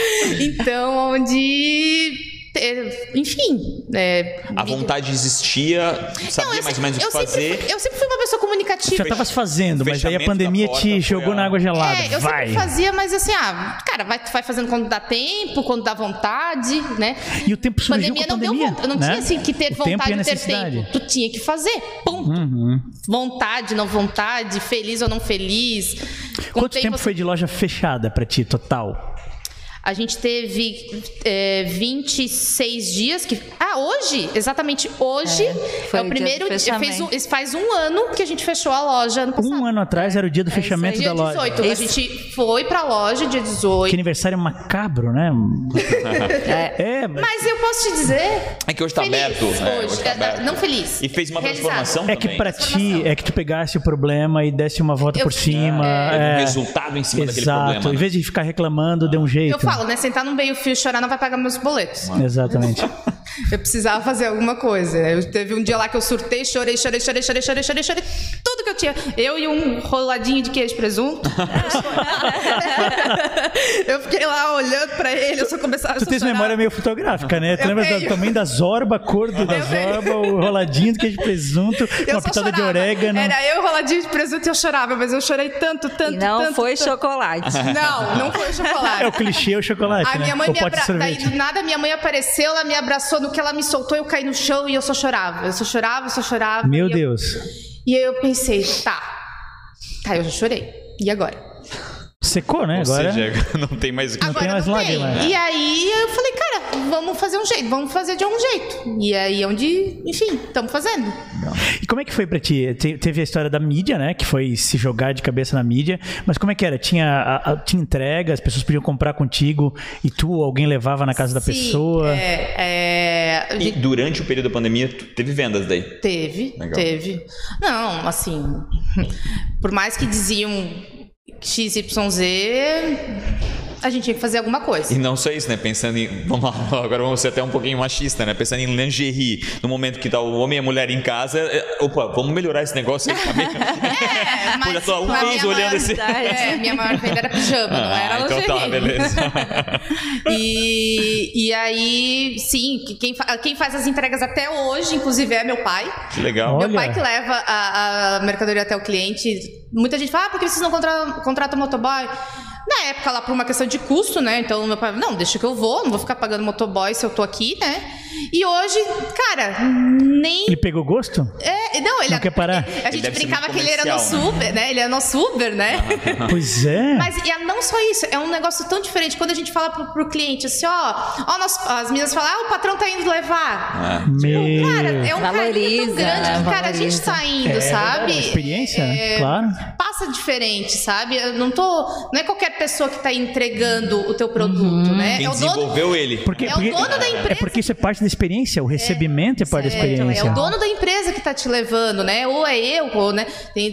Speaker 5: Então, onde. eh, Enfim. é,
Speaker 3: A
Speaker 5: me-
Speaker 3: vontade existia,
Speaker 5: Não,
Speaker 3: sabia
Speaker 5: eu
Speaker 3: mais ou
Speaker 5: se-
Speaker 3: menos o que
Speaker 5: eu
Speaker 3: fazer.
Speaker 5: Sempre, eu sempre fui uma pessoa comunicativa.
Speaker 1: Já estavas fazendo, mas aí a
Speaker 3: fechamento
Speaker 1: pandemia
Speaker 3: da porta
Speaker 1: te
Speaker 3: foi
Speaker 1: jogou
Speaker 3: a-
Speaker 1: na água gelada.
Speaker 5: É, eu
Speaker 1: Vai.
Speaker 5: sempre fazia, mas assim, ah, cara, vai, vai fazendo quando dá tempo, quando dá vontade, né?
Speaker 1: E o tempo surgiu
Speaker 5: pandemia
Speaker 1: com a
Speaker 5: não
Speaker 1: pandemia,
Speaker 5: deu vontade. Não
Speaker 1: né?
Speaker 5: tinha assim que ter
Speaker 1: O tempo e a
Speaker 5: vontade de ter
Speaker 1: necessidade. Uhum.
Speaker 5: tempo. Tu tinha que fazer. Ponto. Vontade, não vontade, feliz ou não feliz. Com
Speaker 1: Quanto tempo foi de loja fechada pra ti, total?
Speaker 5: A gente teve é, 26 dias que. Ah, hoje? Exatamente hoje.
Speaker 4: foi
Speaker 5: É, o
Speaker 4: o dia
Speaker 5: primeiro
Speaker 4: do
Speaker 5: dia. Fez
Speaker 4: fechamento.
Speaker 5: um, faz um ano que a gente fechou a loja ano passado.
Speaker 1: Um ano
Speaker 5: É,
Speaker 1: atrás era o dia do fechamento
Speaker 5: Dia
Speaker 1: da loja.
Speaker 5: 18. A gente foi pra loja dia 18.
Speaker 1: Que aniversário macabro, né? é, mas...
Speaker 5: Mas eu posso te dizer.
Speaker 3: É que hoje tá
Speaker 5: feliz
Speaker 3: aberto. né?
Speaker 5: hoje.
Speaker 3: Hoje tá
Speaker 5: É, tá-
Speaker 3: aberto.
Speaker 5: Não feliz.
Speaker 3: E fez uma
Speaker 5: Realizado.
Speaker 3: transformação
Speaker 1: É que
Speaker 3: também.
Speaker 1: pra ti, é que tu pegasse o problema e desse uma volta
Speaker 5: Eu-
Speaker 1: por cima.
Speaker 3: Teve um
Speaker 1: É,
Speaker 3: resultado em cima daquele
Speaker 1: exato.
Speaker 3: problema.
Speaker 1: Em
Speaker 3: né?
Speaker 1: vez de ficar reclamando, deu um jeito.
Speaker 5: Eu falo, né? Sentar num meio fio e chorar não vai pagar meus boletos.
Speaker 1: Exatamente.
Speaker 5: Eu precisava fazer alguma coisa. Eu teve um dia lá que eu surtei, chorei, chorei, chorei, chorei, chorei, chorei, chorei. Tudo que eu tinha. Eu e um roladinho de queijo e presunto. eu fiquei lá olhando pra ele, eu só começava a
Speaker 1: Tu tens
Speaker 5: chorar.
Speaker 1: memória meio fotográfica, né? Tu
Speaker 5: Eu
Speaker 1: lembra do
Speaker 5: tenho.
Speaker 1: tamanho da zorba, a cor do, da
Speaker 5: Eu tenho.
Speaker 1: zorba, o roladinho do queijo de presunto,
Speaker 5: Eu
Speaker 1: uma
Speaker 5: só
Speaker 1: pitada de
Speaker 5: chorava.
Speaker 1: orégano.
Speaker 5: Era eu, roladinho de presunto e eu chorava, mas eu chorei tanto, tanto,
Speaker 4: E não
Speaker 5: tanto,
Speaker 4: foi
Speaker 5: tanto.
Speaker 4: chocolate.
Speaker 5: Não, não foi chocolate.
Speaker 1: É o clichê, o chocolate,
Speaker 5: A
Speaker 1: né?
Speaker 5: minha mãe
Speaker 1: o
Speaker 5: me
Speaker 1: pote de
Speaker 5: abra... Daí
Speaker 1: sorvete.
Speaker 5: do nada minha mãe apareceu, ela me abraçou, no que ela me soltou eu caí no chão e eu só chorava. Eu só chorava, eu só chorava.
Speaker 1: Meu
Speaker 5: e eu-
Speaker 1: Deus.
Speaker 5: E aí eu pensei, tá. Tá, eu já chorei. E agora?
Speaker 1: Secou, né?
Speaker 3: Ou
Speaker 1: Agora.
Speaker 3: seja, não tem mais o que.
Speaker 5: agora
Speaker 1: tem mais lágrima, né?
Speaker 5: E aí eu falei, cara, vamos fazer um jeito, vamos fazer de algum jeito. E aí é onde, enfim, estamos fazendo.
Speaker 1: E como é que foi pra ti? Te- teve a história da mídia, né? Que foi se jogar de cabeça na mídia. Mas como é que era? Tinha, a, a- tinha entrega, as pessoas podiam comprar contigo e tu ou alguém levava na casa da
Speaker 5: Sim,
Speaker 1: pessoa.
Speaker 5: É, é, a
Speaker 3: E
Speaker 5: gente
Speaker 3: durante o período da pandemia, tu- teve vendas daí.
Speaker 5: teve,
Speaker 3: Legal.
Speaker 5: teve. Não, assim, por mais que diziam XYZ, a gente tinha que fazer alguma coisa.
Speaker 3: E não só isso, né? Pensando em. Vamos lá, agora vamos ser até um pouquinho machista, né? Pensando em lingerie. No momento que tá o homem e a mulher em casa. é, Opa, vamos melhorar esse negócio aí tá também.
Speaker 5: É, mas
Speaker 3: Olha só, um
Speaker 5: a
Speaker 3: mês
Speaker 5: minha
Speaker 3: olhando
Speaker 5: maior-
Speaker 3: esse-
Speaker 5: É, minha maior venda era pijama, não era
Speaker 3: então
Speaker 5: lingerie.
Speaker 3: tá, beleza.
Speaker 5: E, e aí, sim, que quem, fa- quem faz as entregas até hoje, inclusive, é meu pai.
Speaker 3: Que legal.
Speaker 1: Olha.
Speaker 5: Meu pai que leva a, a mercadoria até o cliente. Muita gente fala, ah, por que vocês não contratam, contratam motoboy? Na época, lá por uma questão de custo, né? Então, meu pai, não, deixa que eu vou, não vou ficar pagando motoboy se eu tô aqui, né? E hoje, cara, nem
Speaker 1: Ele pegou gosto?
Speaker 5: é, não, ele
Speaker 1: Não quer parar?
Speaker 5: A gente
Speaker 3: deve ser
Speaker 5: brincava
Speaker 3: muito
Speaker 5: que ele era nosso
Speaker 3: comercial,
Speaker 5: Uber, né? Ele era nosso Uber, né?
Speaker 1: Pois é.
Speaker 5: Mas e a- não só isso, é um negócio tão diferente. Quando a gente fala pro, pro cliente assim, ó, ó nós- as meninas falam, ah, o patrão tá indo levar.
Speaker 3: Ah.
Speaker 1: Meu.
Speaker 5: Cara, é um carinho
Speaker 4: Valoriza,
Speaker 5: tão grande que, cara, a gente tá indo, sabe?
Speaker 1: É, Experiência, né?
Speaker 5: É,
Speaker 1: claro.
Speaker 5: Passa diferente, sabe? Eu não tô. Não é qualquer pessoa que tá entregando o teu produto,
Speaker 4: Uhum.
Speaker 5: né?
Speaker 3: Quem
Speaker 5: é o dono.
Speaker 3: desenvolveu ele.
Speaker 1: Porque,
Speaker 5: é o
Speaker 1: porque,
Speaker 5: dono da
Speaker 1: É
Speaker 5: empresa.
Speaker 1: porque isso é parte da experiência, o recebimento é, parte da experiência.
Speaker 5: É o dono da empresa que tá te levando, né? Ou é eu, ou, né? Tem,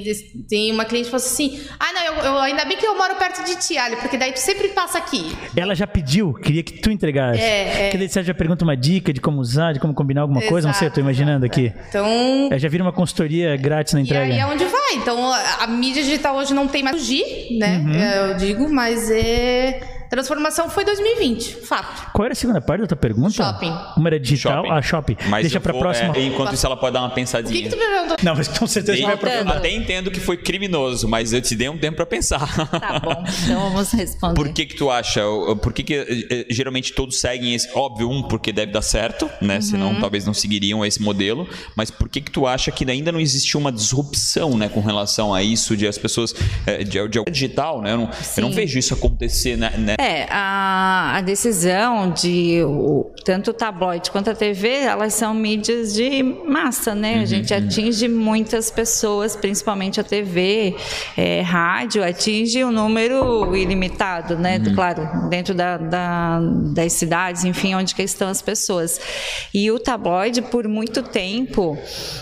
Speaker 5: tem uma cliente que falou assim: ah, não, eu, eu- ainda bem que eu moro perto de ti, Ali, porque daí tu sempre passa aqui.
Speaker 1: Ela já pediu, queria que tu entregasse.
Speaker 5: É, é.
Speaker 1: Que daí você já pergunta uma dica de como usar, de como combinar alguma coisa, não sei, eu tô
Speaker 5: Exato,
Speaker 1: imaginando aqui.
Speaker 5: Então.
Speaker 1: É, já vira uma consultoria grátis na
Speaker 5: E
Speaker 1: entrega.
Speaker 5: aí é onde vai. Então, a, a mídia digital hoje não tem mais fugir, né?
Speaker 4: Uhum.
Speaker 5: É, Eu digo, mas é. Transformação foi 2020, fato.
Speaker 1: Qual era a segunda parte da tua pergunta?
Speaker 5: Shopping.
Speaker 1: Uma era digital,
Speaker 3: Shopping.
Speaker 1: então, a shopping.
Speaker 3: Mas
Speaker 1: Deixa
Speaker 3: eu
Speaker 1: pra
Speaker 3: vou-
Speaker 1: próxima.
Speaker 3: é, enquanto isso, ela pode dar uma
Speaker 5: O
Speaker 3: pensadinha.
Speaker 5: que, que tu tá me perguntou?
Speaker 1: Não, mas com certeza
Speaker 3: Dei-
Speaker 1: vai pra...
Speaker 4: Voltando.
Speaker 3: até entendo que foi criminoso, mas eu te dei um tempo pra pensar.
Speaker 4: Tá bom, então vamos responder.
Speaker 3: Por que que tu acha? O- o- Por que que eh, eh, geralmente todos seguem esse? Óbvio, um, porque deve dar certo, né?
Speaker 5: Uhum.
Speaker 3: Senão talvez não seguiriam esse modelo. Mas por que que tu acha que ainda não existe uma disrupção, né? Com relação a isso de as pessoas... eh, De, de algo digital, né? Eu não, eu não
Speaker 4: Sim.
Speaker 3: vejo isso acontecer, né? né?
Speaker 4: É, a, a decisão de o- tanto o tabloide quanto a TV, elas são mídias de massa, né? a gente atinge muitas pessoas, principalmente a TV, é, rádio, atinge um número ilimitado, né? Claro, dentro da, da- das cidades, enfim, onde que estão as pessoas. E o tabloide, por muito tempo,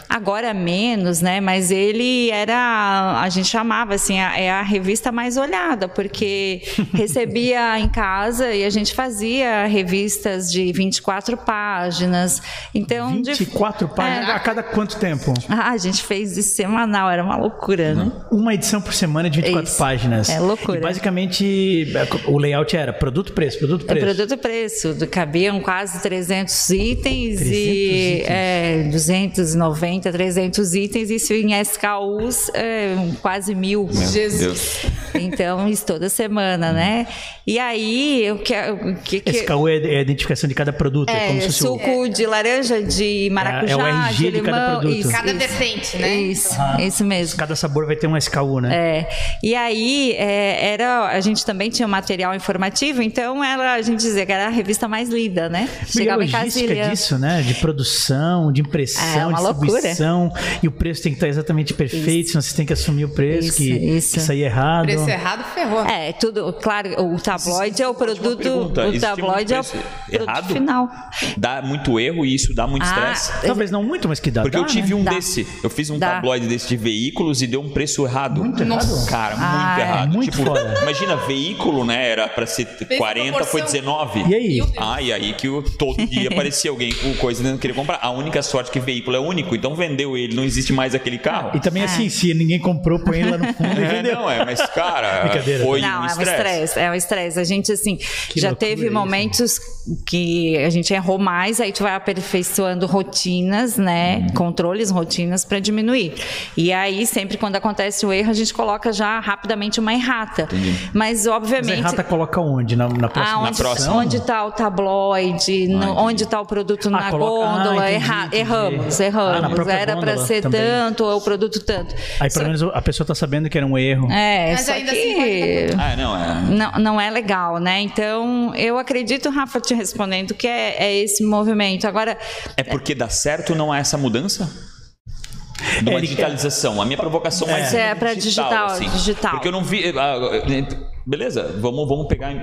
Speaker 4: agora menos, né? Mas ele era, a gente chamava assim, a- é a revista mais olhada, porque recebia em casa e a gente fazia revistas de 24 páginas. Então, de-
Speaker 1: 24 páginas,
Speaker 4: É.
Speaker 1: a cada quanto tempo?
Speaker 4: Ah, a gente fez isso semanal, era uma loucura, né?
Speaker 1: Uma edição por semana de 24
Speaker 4: Isso.
Speaker 1: páginas.
Speaker 4: É loucura.
Speaker 1: E basicamente, é, o layout era produto, preço, produto,
Speaker 4: É
Speaker 1: preço.
Speaker 4: produto e preço, do- cabiam quase 300 itens
Speaker 1: 300
Speaker 4: e
Speaker 1: itens.
Speaker 4: é, 290, 300 itens, isso em SKUs é, quase mil.
Speaker 3: Meu
Speaker 5: Jesus.
Speaker 3: Deus.
Speaker 4: Então, isso toda semana, né? E aí, o que, o que, que
Speaker 1: Esse caô é é a identificação de cada produto. É, como
Speaker 4: é,
Speaker 1: se fosse o-
Speaker 4: suco de laranja, de maracujá,
Speaker 1: É, é o RG
Speaker 4: de
Speaker 1: de
Speaker 4: limão,
Speaker 1: cada produto. Ah.
Speaker 4: isso,
Speaker 5: Cada
Speaker 4: isso,
Speaker 5: vertente, né?
Speaker 4: Isso, isso mesmo.
Speaker 1: Cada sabor vai ter um SKU, né?
Speaker 4: É. E aí é, era a gente também tinha um material informativo, então ela a gente dizia que era a revista mais lida, né?
Speaker 1: Porque a
Speaker 4: em casa e
Speaker 1: logística
Speaker 4: lia.
Speaker 1: disso, né? De produção, de
Speaker 4: É
Speaker 1: impressão,
Speaker 4: uma
Speaker 1: distribuição. E o preço tem que estar exatamente perfeito, senão você tem que assumir o preço,
Speaker 4: Isso,
Speaker 1: que,
Speaker 4: isso.
Speaker 1: que sair errado.
Speaker 5: Preço errado, ferrou.
Speaker 4: É, tudo, claro, o tabloide é o produto,
Speaker 3: pergunta,
Speaker 4: o
Speaker 3: existe
Speaker 4: tabloide é o
Speaker 3: muito preço
Speaker 4: produto
Speaker 3: errado?
Speaker 4: final.
Speaker 3: Dá muito erro e isso dá muito
Speaker 4: Ah,
Speaker 3: estresse.
Speaker 1: Talvez não muito, mas que dá.
Speaker 3: Porque
Speaker 1: dá,
Speaker 3: eu tive
Speaker 1: né?
Speaker 3: um
Speaker 4: Dá.
Speaker 3: desse. Eu fiz um
Speaker 4: Dá.
Speaker 3: tabloide desse de veículos e deu um preço errado. Muito
Speaker 1: errado?
Speaker 3: Cara, muito
Speaker 4: Ah, é
Speaker 3: errado.
Speaker 1: muito
Speaker 3: tipo,
Speaker 1: foda.
Speaker 3: imagina, veículo, né? Era pra ser 40, foi
Speaker 5: proporção.
Speaker 3: 19.
Speaker 1: E aí?
Speaker 3: Ah, e aí que eu- todo dia aparecia alguém com coisa que não queria comprar. A única sorte é que veículo é único, então vendeu ele, não existe mais aquele carro.
Speaker 1: E também
Speaker 4: É.
Speaker 1: assim, se ninguém comprou, põe lá no fundo e
Speaker 3: um- É,
Speaker 1: vendeu.
Speaker 3: não, é, mas cara,
Speaker 1: Brincadeira. né?
Speaker 3: foi
Speaker 4: Não,
Speaker 3: um
Speaker 4: é um
Speaker 3: estresse.
Speaker 4: estresse, é um estresse. A gente, assim,
Speaker 1: Que
Speaker 4: já
Speaker 1: loucura
Speaker 4: teve
Speaker 1: isso. né?
Speaker 4: momentos que a gente errou mais, aí tu vai aperfeiçoando rotinas,
Speaker 1: Uhum.
Speaker 4: né? Controles, rotinas para diminuir. E aí, sempre quando acontece o erro, a gente coloca já rapidamente uma errata. Mas,
Speaker 1: Mas a
Speaker 4: obviamente.
Speaker 1: errata coloca onde? Na, na próxima né?
Speaker 4: Ah,
Speaker 1: edição?
Speaker 3: próxima. Ah,
Speaker 4: onde está o tabloide, no-
Speaker 3: entendi.
Speaker 4: onde está o produto
Speaker 1: Ah,
Speaker 4: na
Speaker 1: coloca- ah,
Speaker 4: gôndola,
Speaker 1: entendi,
Speaker 4: erra-
Speaker 1: entendi. Ah,
Speaker 4: erramos,
Speaker 1: na
Speaker 4: erramos.
Speaker 1: própria
Speaker 4: Era para
Speaker 1: gôndola
Speaker 4: ser
Speaker 1: também.
Speaker 4: tanto, ou o produto tanto.
Speaker 1: Aí pelo menos a pessoa tá sabendo que era um erro.
Speaker 4: É,
Speaker 5: Mas
Speaker 4: só
Speaker 5: ainda
Speaker 4: que...
Speaker 5: assim pode
Speaker 3: Ah, não, é.
Speaker 4: Não, não é legal, né? Então, eu acredito, Rafa, te respondendo, que é, é esse movimento. Agora,
Speaker 3: É porque dá certo não é essa mudança? De uma
Speaker 1: É, ele-
Speaker 3: digitalização. A minha provocação mais assim.
Speaker 4: É, pra digital, digital.
Speaker 3: Porque eu não vi. ah, ah, Beleza, vamos, vamos pegar em-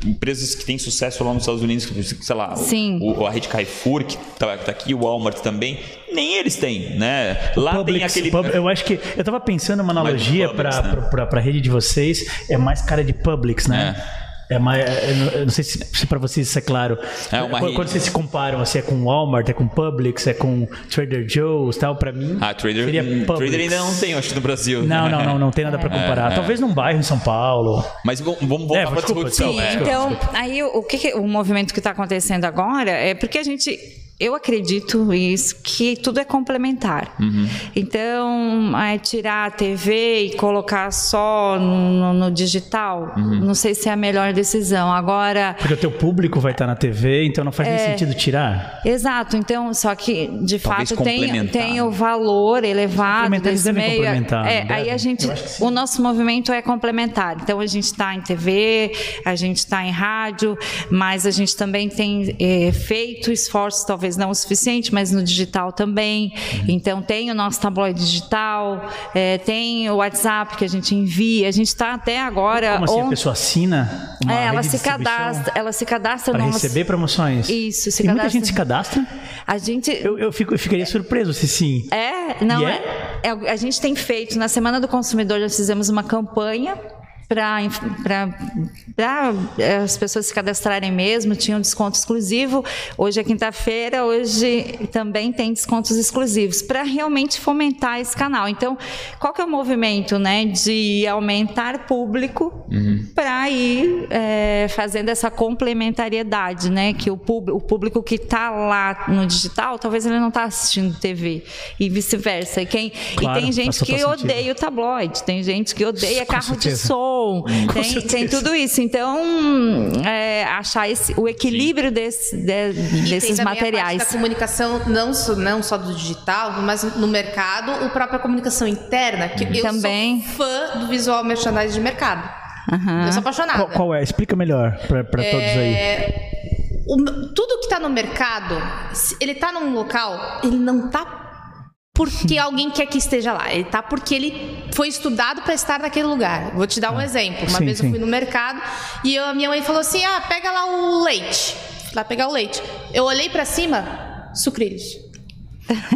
Speaker 3: em- empresas que têm sucesso lá nos Estados Unidos, que, sei lá, o-
Speaker 4: Sim.
Speaker 3: o- a rede Carrefour, que tá, tá aqui, o Walmart também. Nem eles têm, né? Lá tem
Speaker 1: Publix,
Speaker 3: aquele.
Speaker 1: pub- eu acho que eu tava pensando uma analogia
Speaker 3: Publix,
Speaker 1: para
Speaker 3: né?
Speaker 1: para rede de vocês, é mais cara de Publix, né? É, mas é, eu não- eu não sei se, se para vocês isso é claro.
Speaker 3: É uma
Speaker 1: quando,
Speaker 3: rede.
Speaker 1: quando vocês se comparam, se é com Walmart, é com Publix, é com Trader Joe's, tal, para mim.
Speaker 3: Ah, Trader,
Speaker 1: seria
Speaker 3: hum,
Speaker 1: Publix.
Speaker 3: Trader ainda não tem, eu acho, no Brasil. né?
Speaker 1: Não, não, não, não tem nada para
Speaker 4: É.
Speaker 3: É.
Speaker 1: comparar. Talvez num bairro em São Paulo.
Speaker 3: Mas vamos vamos voltar
Speaker 1: É,
Speaker 3: pra
Speaker 1: desculpa,
Speaker 3: discussão.
Speaker 1: desculpa,
Speaker 3: é.
Speaker 1: desculpa.
Speaker 4: Então, aí o que, que- o movimento que está acontecendo agora é porque a gente eu acredito isso que tudo é complementar.
Speaker 1: Uhum.
Speaker 4: Então, é tirar a TV e colocar só no, no- no digital,
Speaker 1: Uhum.
Speaker 4: não sei se é a melhor decisão. Agora,
Speaker 1: Porque o teu público vai estar na TV, então não faz nem
Speaker 5: É.
Speaker 1: sentido tirar.
Speaker 4: exato. Então, só que de
Speaker 3: Talvez
Speaker 4: fato tem,
Speaker 3: complementar,
Speaker 4: tem
Speaker 3: né?
Speaker 4: o valor elevado
Speaker 1: Complementar, eles
Speaker 4: desse
Speaker 1: devem
Speaker 4: meio.
Speaker 1: complementar,
Speaker 4: É,
Speaker 1: não
Speaker 4: aí
Speaker 1: devem?
Speaker 4: a gente,
Speaker 1: Eu acho que sim.
Speaker 4: o nosso movimento é complementar. Então a gente está em TV, a gente está em rádio, mas a gente também tem eh, feito esforços, talvez não o suficiente, mas no digital também.
Speaker 1: Uhum.
Speaker 4: Então tem o nosso tabloide digital, eh, tem o WhatsApp que a gente envia. A gente está até agora.
Speaker 1: Como assim?
Speaker 4: on-
Speaker 1: A pessoa assina uma
Speaker 4: É, ela
Speaker 1: rede de
Speaker 4: se
Speaker 1: distribuição
Speaker 4: cadastra, ela se cadastra
Speaker 1: Pra
Speaker 4: no nosso-
Speaker 1: receber promoções?
Speaker 4: Isso, se
Speaker 1: Tem muita
Speaker 4: cadastra.
Speaker 1: gente se cadastra?
Speaker 4: A gente
Speaker 1: Eu, eu, fico, eu ficaria surpreso se sim.
Speaker 4: É, não
Speaker 1: E
Speaker 4: é. é- A gente tem feito, na Semana do Consumidor, nós fizemos uma campanha para eh, as pessoas se cadastrarem mesmo, tinha um desconto exclusivo. Hoje é quinta-feira, hoje também tem descontos exclusivos, para realmente fomentar esse canal. Então, qual que é o movimento né, de aumentar público para ir é, fazendo essa complementariedade, né? Que o, pub- o público que está lá no digital, talvez ele não está assistindo TV e vice-versa. E, quem- e
Speaker 1: Claro,
Speaker 4: tem
Speaker 1: faz
Speaker 4: gente
Speaker 1: total
Speaker 4: que
Speaker 1: sentido.
Speaker 4: odeia o tabloide, tem gente que odeia
Speaker 1: Com
Speaker 4: carro
Speaker 1: certeza.
Speaker 4: de som, tem,
Speaker 1: certeza.
Speaker 4: tem tudo isso. Então, é, achar esse- o equilíbrio desse- de-
Speaker 5: E
Speaker 4: desses
Speaker 5: tem também a parte
Speaker 4: materiais.
Speaker 5: da comunicação não só, não só do digital, mas no mercado, o própria comunicação interna, que eu
Speaker 4: Também.
Speaker 5: sou fã do visual merchandising de mercado.
Speaker 4: Aham.
Speaker 5: Eu sou apaixonada.
Speaker 1: Qual, qual é? Explica melhor pra, pra todos
Speaker 5: É.
Speaker 1: aí.
Speaker 5: O- tudo que tá no mercado, se ele tá num local, ele não tá porque alguém quer que esteja lá. Ele tá porque ele foi estudado para estar naquele lugar. Vou te dar um exemplo. Uma
Speaker 1: É. Sim,
Speaker 5: vez
Speaker 1: sim.
Speaker 5: eu fui no mercado e eu- a minha mãe falou assim: "Ah, pega lá o leite". Fui Lá pegar o leite. Eu olhei para cima, sucrilhos.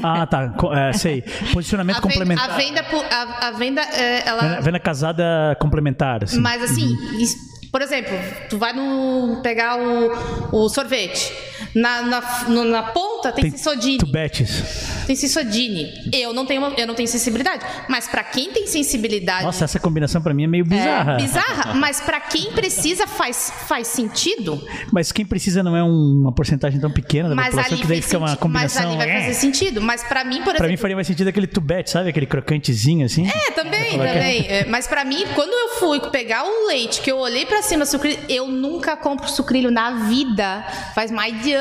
Speaker 1: Ah, tá. Co- é, sei. Posicionamento
Speaker 5: A venda, a
Speaker 1: complementar.
Speaker 5: venda, pu- a, a venda é,
Speaker 1: Venda,
Speaker 5: ela.
Speaker 1: venda casada complementar, assim.
Speaker 5: Mas assim, isso- por exemplo, tu vai no pegar o, o sorvete. Na, na, no- na ponta tem,
Speaker 1: Tem
Speaker 5: sisodine.
Speaker 1: tubetes.
Speaker 5: Tem sisodine. Eu não tenho, uma- eu não tenho sensibilidade. Mas pra quem tem sensibilidade
Speaker 1: Nossa, essa combinação pra mim é meio bizarra.
Speaker 5: bizarra, mas pra quem precisa faz, faz sentido.
Speaker 1: Mas quem precisa não é um- uma porcentagem tão pequena da
Speaker 5: Mas
Speaker 1: população
Speaker 5: ali,
Speaker 1: que daí
Speaker 5: fez
Speaker 1: fica uma
Speaker 5: senti- mas
Speaker 1: combinação.
Speaker 5: ali vai fazer
Speaker 1: É.
Speaker 5: sentido. Mas pra mim, por
Speaker 1: Pra
Speaker 5: exemplo,
Speaker 1: mim faria mais sentido aquele tubete, sabe? Aquele crocantezinho assim.
Speaker 5: É, também, também. É, Mas pra mim, quando eu fui pegar o leite, que eu olhei pra cima sucrilho, eu nunca compro sucrilho na vida. Faz mais de ano.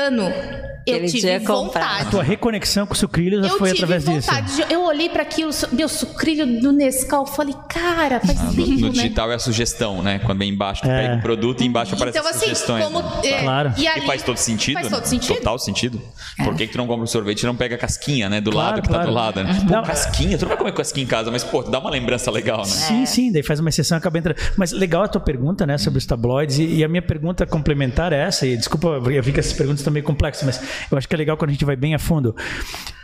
Speaker 5: Eu
Speaker 4: Aquele
Speaker 5: tive
Speaker 4: dia é comprar.
Speaker 5: vontade.
Speaker 1: Tua reconexão com o sucrilhos
Speaker 5: Eu
Speaker 1: foi
Speaker 5: tive
Speaker 1: através disso.
Speaker 5: vontade. de- eu olhei pra aquilo, su- meu sucrilho do Nescau, eu falei, cara, faz
Speaker 3: Ah, No,
Speaker 5: tempo,
Speaker 3: no
Speaker 5: né?
Speaker 3: digital é a sugestão, né? Quando vem embaixo, tu
Speaker 1: É.
Speaker 3: pega o produto e embaixo aparece
Speaker 5: Então,
Speaker 3: as
Speaker 5: assim,
Speaker 3: sugestões.
Speaker 5: como.
Speaker 3: né?
Speaker 5: é,
Speaker 1: Claro.
Speaker 5: E,
Speaker 3: E
Speaker 5: ali-
Speaker 3: faz todo sentido.
Speaker 5: Faz
Speaker 3: né?
Speaker 5: todo sentido.
Speaker 3: Total sentido. Por que, que tu não compra o sorvete e não pega a casquinha, né? Do
Speaker 1: Claro,
Speaker 3: lado, que tá
Speaker 1: claro.
Speaker 3: do lado. Né? Pô,
Speaker 1: Não.
Speaker 3: casquinha, tu não vai comer casquinha em casa, mas, pô, dá uma lembrança legal, né?
Speaker 1: Sim, sim, daí faz uma exceção e acaba entrando. Mas legal a tua pergunta, né, sobre os tabloides. E, e a minha pergunta complementar é essa, e desculpa, eu vi que essas perguntas estão meio complexas, mas eu acho que é legal quando a gente vai bem a fundo.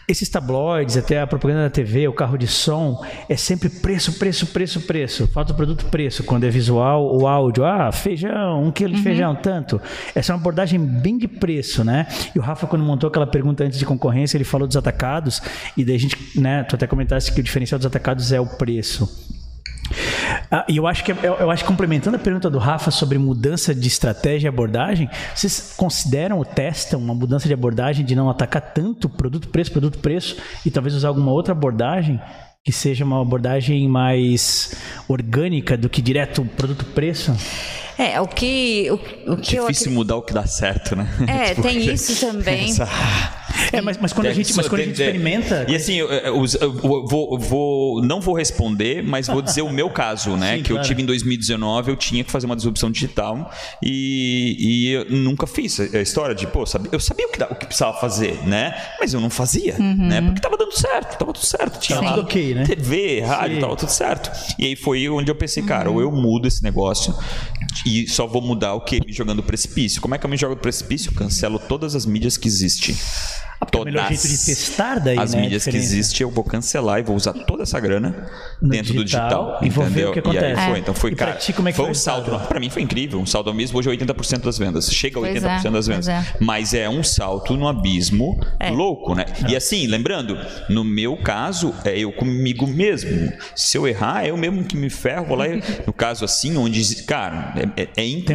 Speaker 1: Esses tabloides, até a propaganda da TV, o carro de som, é sempre preço, preço, preço, preço. Falta o produto preço, quando é visual ou áudio. Ah, feijão, um quilo de feijão, tanto. Essa é uma abordagem bem de preço, né? E o Rafa, quando montou aquela pergunta antes de concorrência, ele falou dos atacados, e daí a gente, né, tu até comentaste que o diferencial dos atacados é o preço. Ah, E eu acho que eu, eu acho que complementando a pergunta do Rafa sobre mudança de estratégia e abordagem, vocês consideram ou testam uma mudança de abordagem de não atacar tanto produto preço, produto preço e talvez usar alguma outra abordagem que seja uma abordagem mais orgânica do que direto produto preço?
Speaker 4: É, o que, o, o que eu
Speaker 3: Difícil mudar o que dá certo, né?
Speaker 4: É,
Speaker 3: Tipo,
Speaker 4: tem isso também.
Speaker 1: É, mas, mas quando a
Speaker 3: É,
Speaker 1: gente, mas
Speaker 3: isso,
Speaker 1: quando a
Speaker 3: tem-
Speaker 1: gente experimenta,
Speaker 3: E assim, eu, eu- eu vou, eu vou- não vou responder, mas vou dizer o meu caso, né?
Speaker 1: Sim,
Speaker 3: que
Speaker 1: claro.
Speaker 3: eu tive em 2019, eu tinha que fazer uma disrupção digital e, e eu nunca fiz. A história de, pô, eu sabia, eu sabia o, que, dá- o que precisava fazer, né? Mas eu não fazia, né? Porque tava dando certo, tava tudo certo. Tinha
Speaker 1: Tava
Speaker 3: lá
Speaker 1: tudo ok, né?
Speaker 3: TV, rádio,
Speaker 1: Sim.
Speaker 3: tava tudo certo. E aí foi onde eu pensei, cara, ou eu mudo esse negócio e só vou mudar o que? Me jogando do precipício. Como é que eu me jogo do precipício? Eu cancelo todas as mídias que existem.
Speaker 1: porque é o melhor jeito de testar daí,
Speaker 3: As
Speaker 1: né, a
Speaker 3: mídias que
Speaker 1: diferença.
Speaker 3: existem, eu vou cancelar e vou usar toda essa grana
Speaker 1: No
Speaker 3: dentro
Speaker 1: digital
Speaker 3: do digital.
Speaker 1: e vou ver
Speaker 3: entendeu?
Speaker 1: o que
Speaker 3: E
Speaker 1: acontece.
Speaker 3: aí foi.
Speaker 1: É.
Speaker 3: Então foi,
Speaker 1: E pra
Speaker 3: cara,
Speaker 1: ti, como é que
Speaker 3: foi
Speaker 1: foi
Speaker 3: um
Speaker 1: o
Speaker 3: salto.
Speaker 1: resultado?
Speaker 3: Pra mim foi incrível. Um salto ao mesmo. Hoje é 80% das vendas. Chega a
Speaker 4: Pois
Speaker 3: 80% das
Speaker 4: é,
Speaker 3: vendas.
Speaker 4: pois é.
Speaker 3: Mas é um salto no abismo louco, né? E
Speaker 1: É.
Speaker 3: assim, lembrando, no meu caso, é eu comigo mesmo. Se eu errar, é eu mesmo que me ferro. Vou lá, e- no caso assim, onde, cara, é, é, é impossível. É uma
Speaker 1: um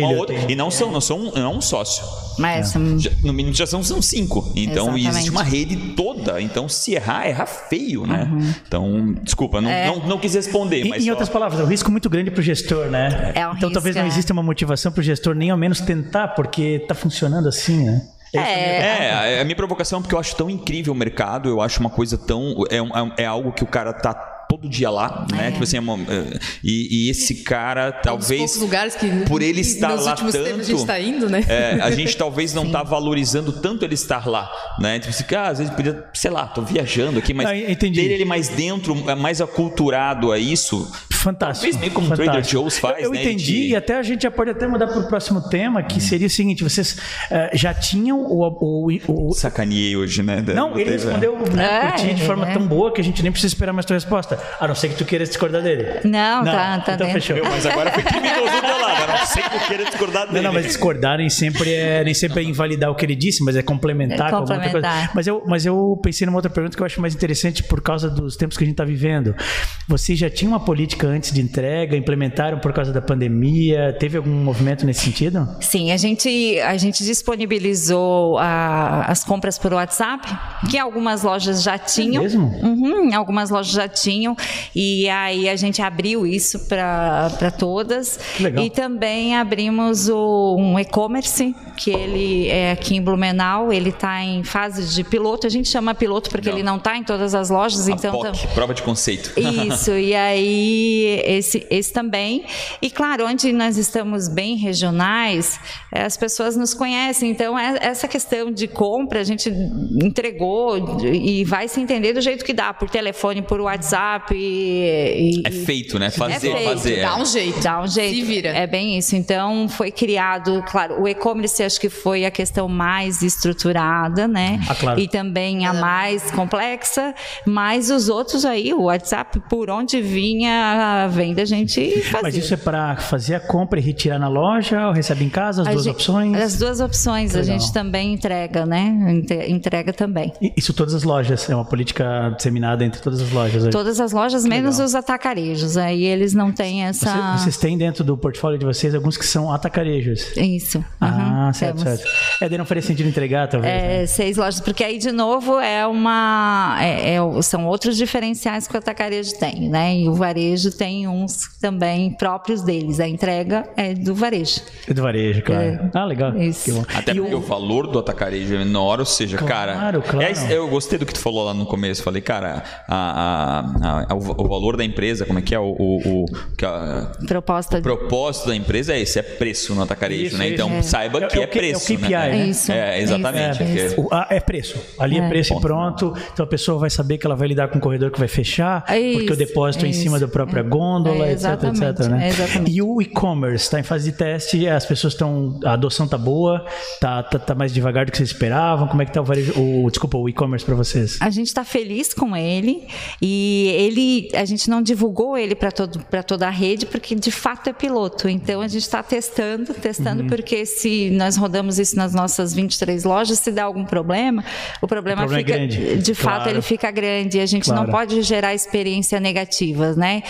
Speaker 1: conselho,
Speaker 3: outra.
Speaker 1: tem-
Speaker 3: E não são, não são um, não é um sócio.
Speaker 4: Mas hum,
Speaker 3: Já- no mínimo já são, são cinco. Então e existe
Speaker 4: Exatamente.
Speaker 3: uma rede toda. Então se errar, errar feio, né? Então, desculpa, não, não, não quis responder,
Speaker 1: Em,
Speaker 3: assim, mas.
Speaker 1: em
Speaker 3: só-
Speaker 1: outras palavras, é um risco muito grande pro gestor, né?
Speaker 4: É um
Speaker 1: então talvez
Speaker 4: risco,
Speaker 1: não
Speaker 4: é.
Speaker 1: exista uma motivação pro gestor nem ao menos tentar, porque tá funcionando assim, né?
Speaker 4: é,
Speaker 3: É, é a minha provocação porque eu acho tão incrível o mercado, eu acho uma coisa tão. É, um- é um- é algo que o cara tá todo dia lá, né? Tipo assim, é uma- é, e, e esse cara talvez.
Speaker 5: poucos lugares que
Speaker 3: por ele estar
Speaker 5: nos
Speaker 3: lá
Speaker 5: últimos
Speaker 3: tanto,
Speaker 5: tempos a gente tá indo, né?
Speaker 3: é, a gente talvez não tá valorizando tanto ele estar lá, né? Tipo assim, cara, às vezes podia, sei lá, tô viajando aqui, mas
Speaker 1: Não, entendi.
Speaker 3: ter ele mais dentro, é, mais aculturado a isso,
Speaker 1: Fantástico.
Speaker 3: Talvez meio como o Trader
Speaker 1: fantástico.
Speaker 3: Joe's faz,
Speaker 1: Eu, eu
Speaker 3: né,
Speaker 1: entendi,
Speaker 3: de-
Speaker 1: e até a gente já pode até mudar para o próximo tema, que seria o seguinte: vocês eh, já tinham o. o, o-
Speaker 3: sacaneei hoje, né? da-
Speaker 1: não,
Speaker 3: do
Speaker 1: ele
Speaker 3: Taylor.
Speaker 1: respondeu né,
Speaker 4: É,
Speaker 1: por ti de forma
Speaker 4: é.
Speaker 1: tão boa que a gente nem precisa esperar mais tua resposta. A não ser que tu queira discordar dele.
Speaker 4: Não, tá- tá
Speaker 1: Então
Speaker 4: dentro.
Speaker 1: fechou.
Speaker 3: Meu, mas agora foi criminoso do teu lado, eu não sei que eu queira discordar dele.
Speaker 1: Não, não, mas discordar nem sempre é, nem sempre é invalidar o que ele disse, mas é complementar,
Speaker 4: É
Speaker 1: com alguma outra coisa.
Speaker 4: complementar.
Speaker 1: Mas eu, mas eu pensei numa outra pergunta que eu acho mais interessante por causa dos tempos que a gente está vivendo. Você já tinha uma política antes de entrega, implementaram por causa da pandemia? Teve algum movimento nesse sentido?
Speaker 4: Sim, a gente, a gente disponibilizou a- as compras por WhatsApp, que algumas lojas já tinham.
Speaker 1: É mesmo?
Speaker 4: Uhum, algumas lojas já tinham. E aí a gente abriu isso para todas.
Speaker 1: Que legal.
Speaker 4: E também abrimos o- um e-commerce, que ele é aqui em Blumenau, ele está em fase de piloto. A gente chama piloto porque
Speaker 3: Não.
Speaker 4: ele não está em todas as lojas,
Speaker 3: A
Speaker 4: então. tam-
Speaker 3: POC, prova de conceito.
Speaker 4: isso, e aí esse, esse também. E claro, onde nós estamos bem regionais, eh, as pessoas nos conhecem. Então, é- essa questão de compra, a gente entregou de- e vai se entender do jeito que dá, por telefone, por WhatsApp. E, e-
Speaker 3: É feito, né? Fazer,
Speaker 4: feito,
Speaker 3: fazer. é.
Speaker 5: Dá um jeito.
Speaker 4: Dá um jeito.
Speaker 5: Se vira.
Speaker 4: É bem isso. Então, foi criado, claro, o e-commerce acho que foi a questão mais estruturada, né?
Speaker 1: Ah, claro.
Speaker 4: E também
Speaker 5: é
Speaker 4: a mais complexa, mas os outros aí, o WhatsApp, por onde vinha a venda, a gente fazia.
Speaker 1: Mas isso é para fazer a compra e retirar na loja, ou recebe em casa, as
Speaker 4: A
Speaker 1: duas
Speaker 4: gente-
Speaker 1: opções?
Speaker 4: As duas opções, a
Speaker 1: Legal.
Speaker 4: gente também entrega, né? Entre- Entrega também.
Speaker 1: I- Isso todas as lojas, é uma política disseminada entre todas as lojas. hoje.
Speaker 4: Todas as lojas, menos
Speaker 1: legal.
Speaker 4: os atacarejos. Aí eles não têm
Speaker 1: Você-
Speaker 4: essa.
Speaker 1: Vocês têm dentro do portfólio de vocês alguns que são atacarejos.
Speaker 4: Isso.
Speaker 1: ah,
Speaker 4: Uhum,
Speaker 1: certo,
Speaker 4: temos.
Speaker 1: certo. É, daí não faria sentido entregar, talvez. né?
Speaker 4: É, seis lojas, porque aí de novo é uma é- é o- são outros diferenciais que o atacarejo tem, né? E o varejo tem uns também próprios deles. A entrega é do varejo.
Speaker 1: É do varejo, claro.
Speaker 4: É.
Speaker 1: Ah, legal.
Speaker 4: Isso.
Speaker 1: Que bom.
Speaker 3: Até porque o valor do atacarejo é menor, ou seja,
Speaker 1: Claro,
Speaker 3: cara.
Speaker 1: claro.
Speaker 3: é- eu gostei do que tu falou lá no começo. Falei, cara, a- a- a- o, o valor da empresa, como é que é? O, o- o- que a-
Speaker 4: Proposta
Speaker 3: o
Speaker 4: de
Speaker 3: propósito da empresa é esse, é preço no atacarejo,
Speaker 1: Isso,
Speaker 3: né?
Speaker 1: isso.
Speaker 3: Então
Speaker 1: É.
Speaker 3: saiba
Speaker 1: É-
Speaker 3: que
Speaker 1: é
Speaker 3: é,
Speaker 1: o K- é o
Speaker 3: preço.
Speaker 1: KPI,
Speaker 3: né?
Speaker 1: né?
Speaker 4: É isso,
Speaker 3: É,
Speaker 4: é
Speaker 3: exatamente.
Speaker 4: isso, é
Speaker 3: é
Speaker 4: isso.
Speaker 3: que-
Speaker 1: O- ah, é preço. Ali é,
Speaker 4: É.
Speaker 1: preço e
Speaker 3: Ponto.
Speaker 1: pronto. Então a pessoa vai saber que ela vai lidar com o corredor que vai fechar,
Speaker 4: É
Speaker 1: porque o
Speaker 4: isso,
Speaker 1: depósito é, em
Speaker 4: é
Speaker 1: cima
Speaker 4: isso.
Speaker 1: da própria gôndola,
Speaker 4: É,
Speaker 1: etc, etc.
Speaker 4: exatamente,
Speaker 1: Né?
Speaker 4: é, exatamente.
Speaker 1: E o e-commerce está em fase de teste, as pessoas estão. A adoção tá boa, tá, tá, tá mais devagar do que vocês esperavam. Como é que tá o varejo. O, desculpa, o e-commerce para vocês?
Speaker 4: A gente está feliz com ele e ele, a gente não divulgou ele para todo para toda a rede porque de fato é piloto. Então a gente está testando,
Speaker 1: Uhum.
Speaker 4: testando porque se nós rodamos isso nas nossas 23 lojas, se dá algum problema, o problema,
Speaker 1: O problema é
Speaker 4: fica
Speaker 1: grande,
Speaker 4: de
Speaker 1: claro.
Speaker 4: fato ele fica grande. e A gente
Speaker 1: Claro.
Speaker 4: não pode gerar experiência negativas, né?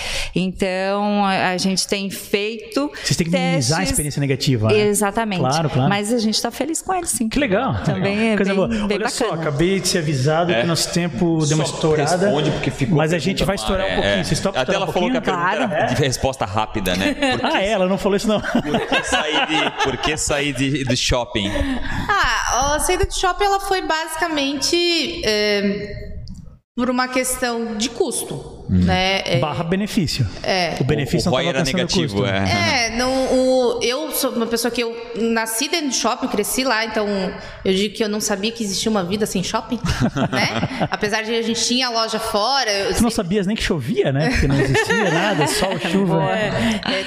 Speaker 4: Então a a gente tem feito
Speaker 1: Vocês têm que minimizar a
Speaker 4: testes.
Speaker 1: experiência negativa. né?
Speaker 4: Exatamente.
Speaker 1: Claro, claro.
Speaker 4: Mas a gente está feliz com ele, sim.
Speaker 1: Que legal.
Speaker 4: Também
Speaker 1: legal.
Speaker 4: é
Speaker 1: Coisa
Speaker 4: bem-
Speaker 1: boa.
Speaker 4: bem
Speaker 1: Olha só,
Speaker 4: bacana.
Speaker 1: acabei de ser avisado que nosso tempo deu uma
Speaker 3: É. Só
Speaker 1: estourada.
Speaker 3: responde porque ficou
Speaker 1: mas a gente
Speaker 3: pergunta
Speaker 1: vai
Speaker 3: má.
Speaker 1: estourar um
Speaker 3: É,
Speaker 1: pouquinho.
Speaker 3: é.
Speaker 1: Vocês topam
Speaker 3: Até
Speaker 1: estourar
Speaker 3: ela
Speaker 1: um
Speaker 3: falou que a
Speaker 1: pouquinho?
Speaker 3: pergunta era de resposta rápida, né? Por
Speaker 1: Ah, é, ela não falou isso não.
Speaker 3: que sair, de, por que sair de, do shopping?
Speaker 5: Ah, a saída do shopping ela foi basicamente é, por uma questão de custo.
Speaker 3: Uhum.
Speaker 5: né? É,
Speaker 1: Barra benefício.
Speaker 5: É.
Speaker 1: O benefício
Speaker 3: o, o
Speaker 1: não
Speaker 3: ROI
Speaker 1: está
Speaker 3: era negativo, é.
Speaker 5: É, não, o- eu sou uma pessoa que eu nasci dentro de shopping, cresci lá, então eu digo que eu não sabia que existia uma vida sem shopping, né? Apesar de a gente tinha loja fora, eu
Speaker 1: Tu não sabias nem que chovia, né? Porque não existia nada, sol, chuva.
Speaker 5: é,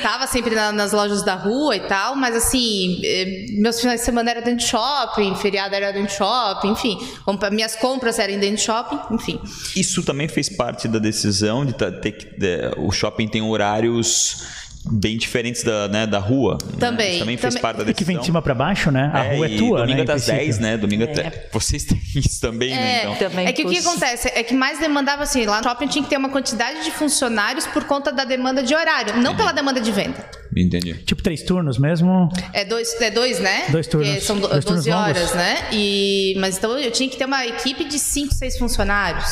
Speaker 5: tava sempre na- nas lojas da rua e tal, mas assim, eh, meus finais de semana era dentro de shopping, feriado era dentro de shopping, enfim, compa- minhas compras eram dentro de shopping, enfim.
Speaker 3: Isso também fez parte da decisão de ta- ter que. de- o shopping tem horários bem diferentes da, né, da rua. né?
Speaker 5: Também,
Speaker 3: Isso também fez
Speaker 5: também.
Speaker 3: parte da
Speaker 1: É que vem
Speaker 3: decisão.
Speaker 1: de cima pra baixo, né? A rua é
Speaker 3: e
Speaker 1: tua,
Speaker 3: domingo
Speaker 1: né?
Speaker 3: é
Speaker 1: em
Speaker 3: das
Speaker 1: princípio.
Speaker 3: 10, né? Domingo até. Vocês têm isso também, né? Então.
Speaker 4: também
Speaker 5: é que o que
Speaker 4: custa.
Speaker 5: acontece é que mais demandava assim, lá no shopping tinha que ter uma quantidade de funcionários por conta da demanda de horário,
Speaker 4: Uhum.
Speaker 5: não pela demanda de venda.
Speaker 3: Entendi.
Speaker 1: Tipo três turnos mesmo.
Speaker 5: É dois, é dois né?
Speaker 1: Dois turnos.
Speaker 5: Porque são do-
Speaker 1: Dois
Speaker 5: 12
Speaker 1: turnos longos.
Speaker 5: horas, né? E, mas então eu tinha que ter uma equipe de cinco, seis funcionários.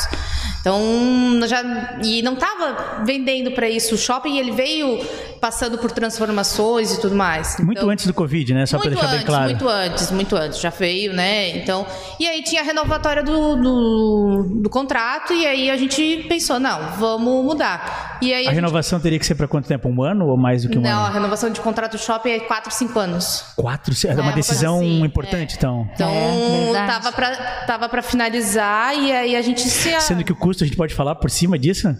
Speaker 5: Então, nós já, e não estava vendendo para isso. O shopping ele veio passando por transformações e tudo mais.
Speaker 1: Muito
Speaker 5: Então-
Speaker 1: antes do Covid, né? Só pra
Speaker 5: muito
Speaker 1: deixar
Speaker 5: antes,
Speaker 1: bem claro.
Speaker 5: muito antes, muito antes, já veio, né? Então, e aí tinha a renovatória do, do, do contrato, e aí a gente pensou, não, vamos mudar. E aí
Speaker 1: A
Speaker 5: gente-
Speaker 1: renovação teria que ser pra quanto tempo? Um ano ou mais do que um
Speaker 5: não, a
Speaker 1: ano?
Speaker 5: renovação de contrato do shopping é 4, 5 anos.
Speaker 1: Quatro. É
Speaker 5: uma
Speaker 1: uma
Speaker 5: coisa
Speaker 1: decisão
Speaker 5: assim,
Speaker 1: importante, então.
Speaker 5: Então,
Speaker 4: É, verdade.
Speaker 5: tava, pra, tava pra finalizar e aí a gente se.
Speaker 1: Sendo que o custo, a gente pode falar por cima disso?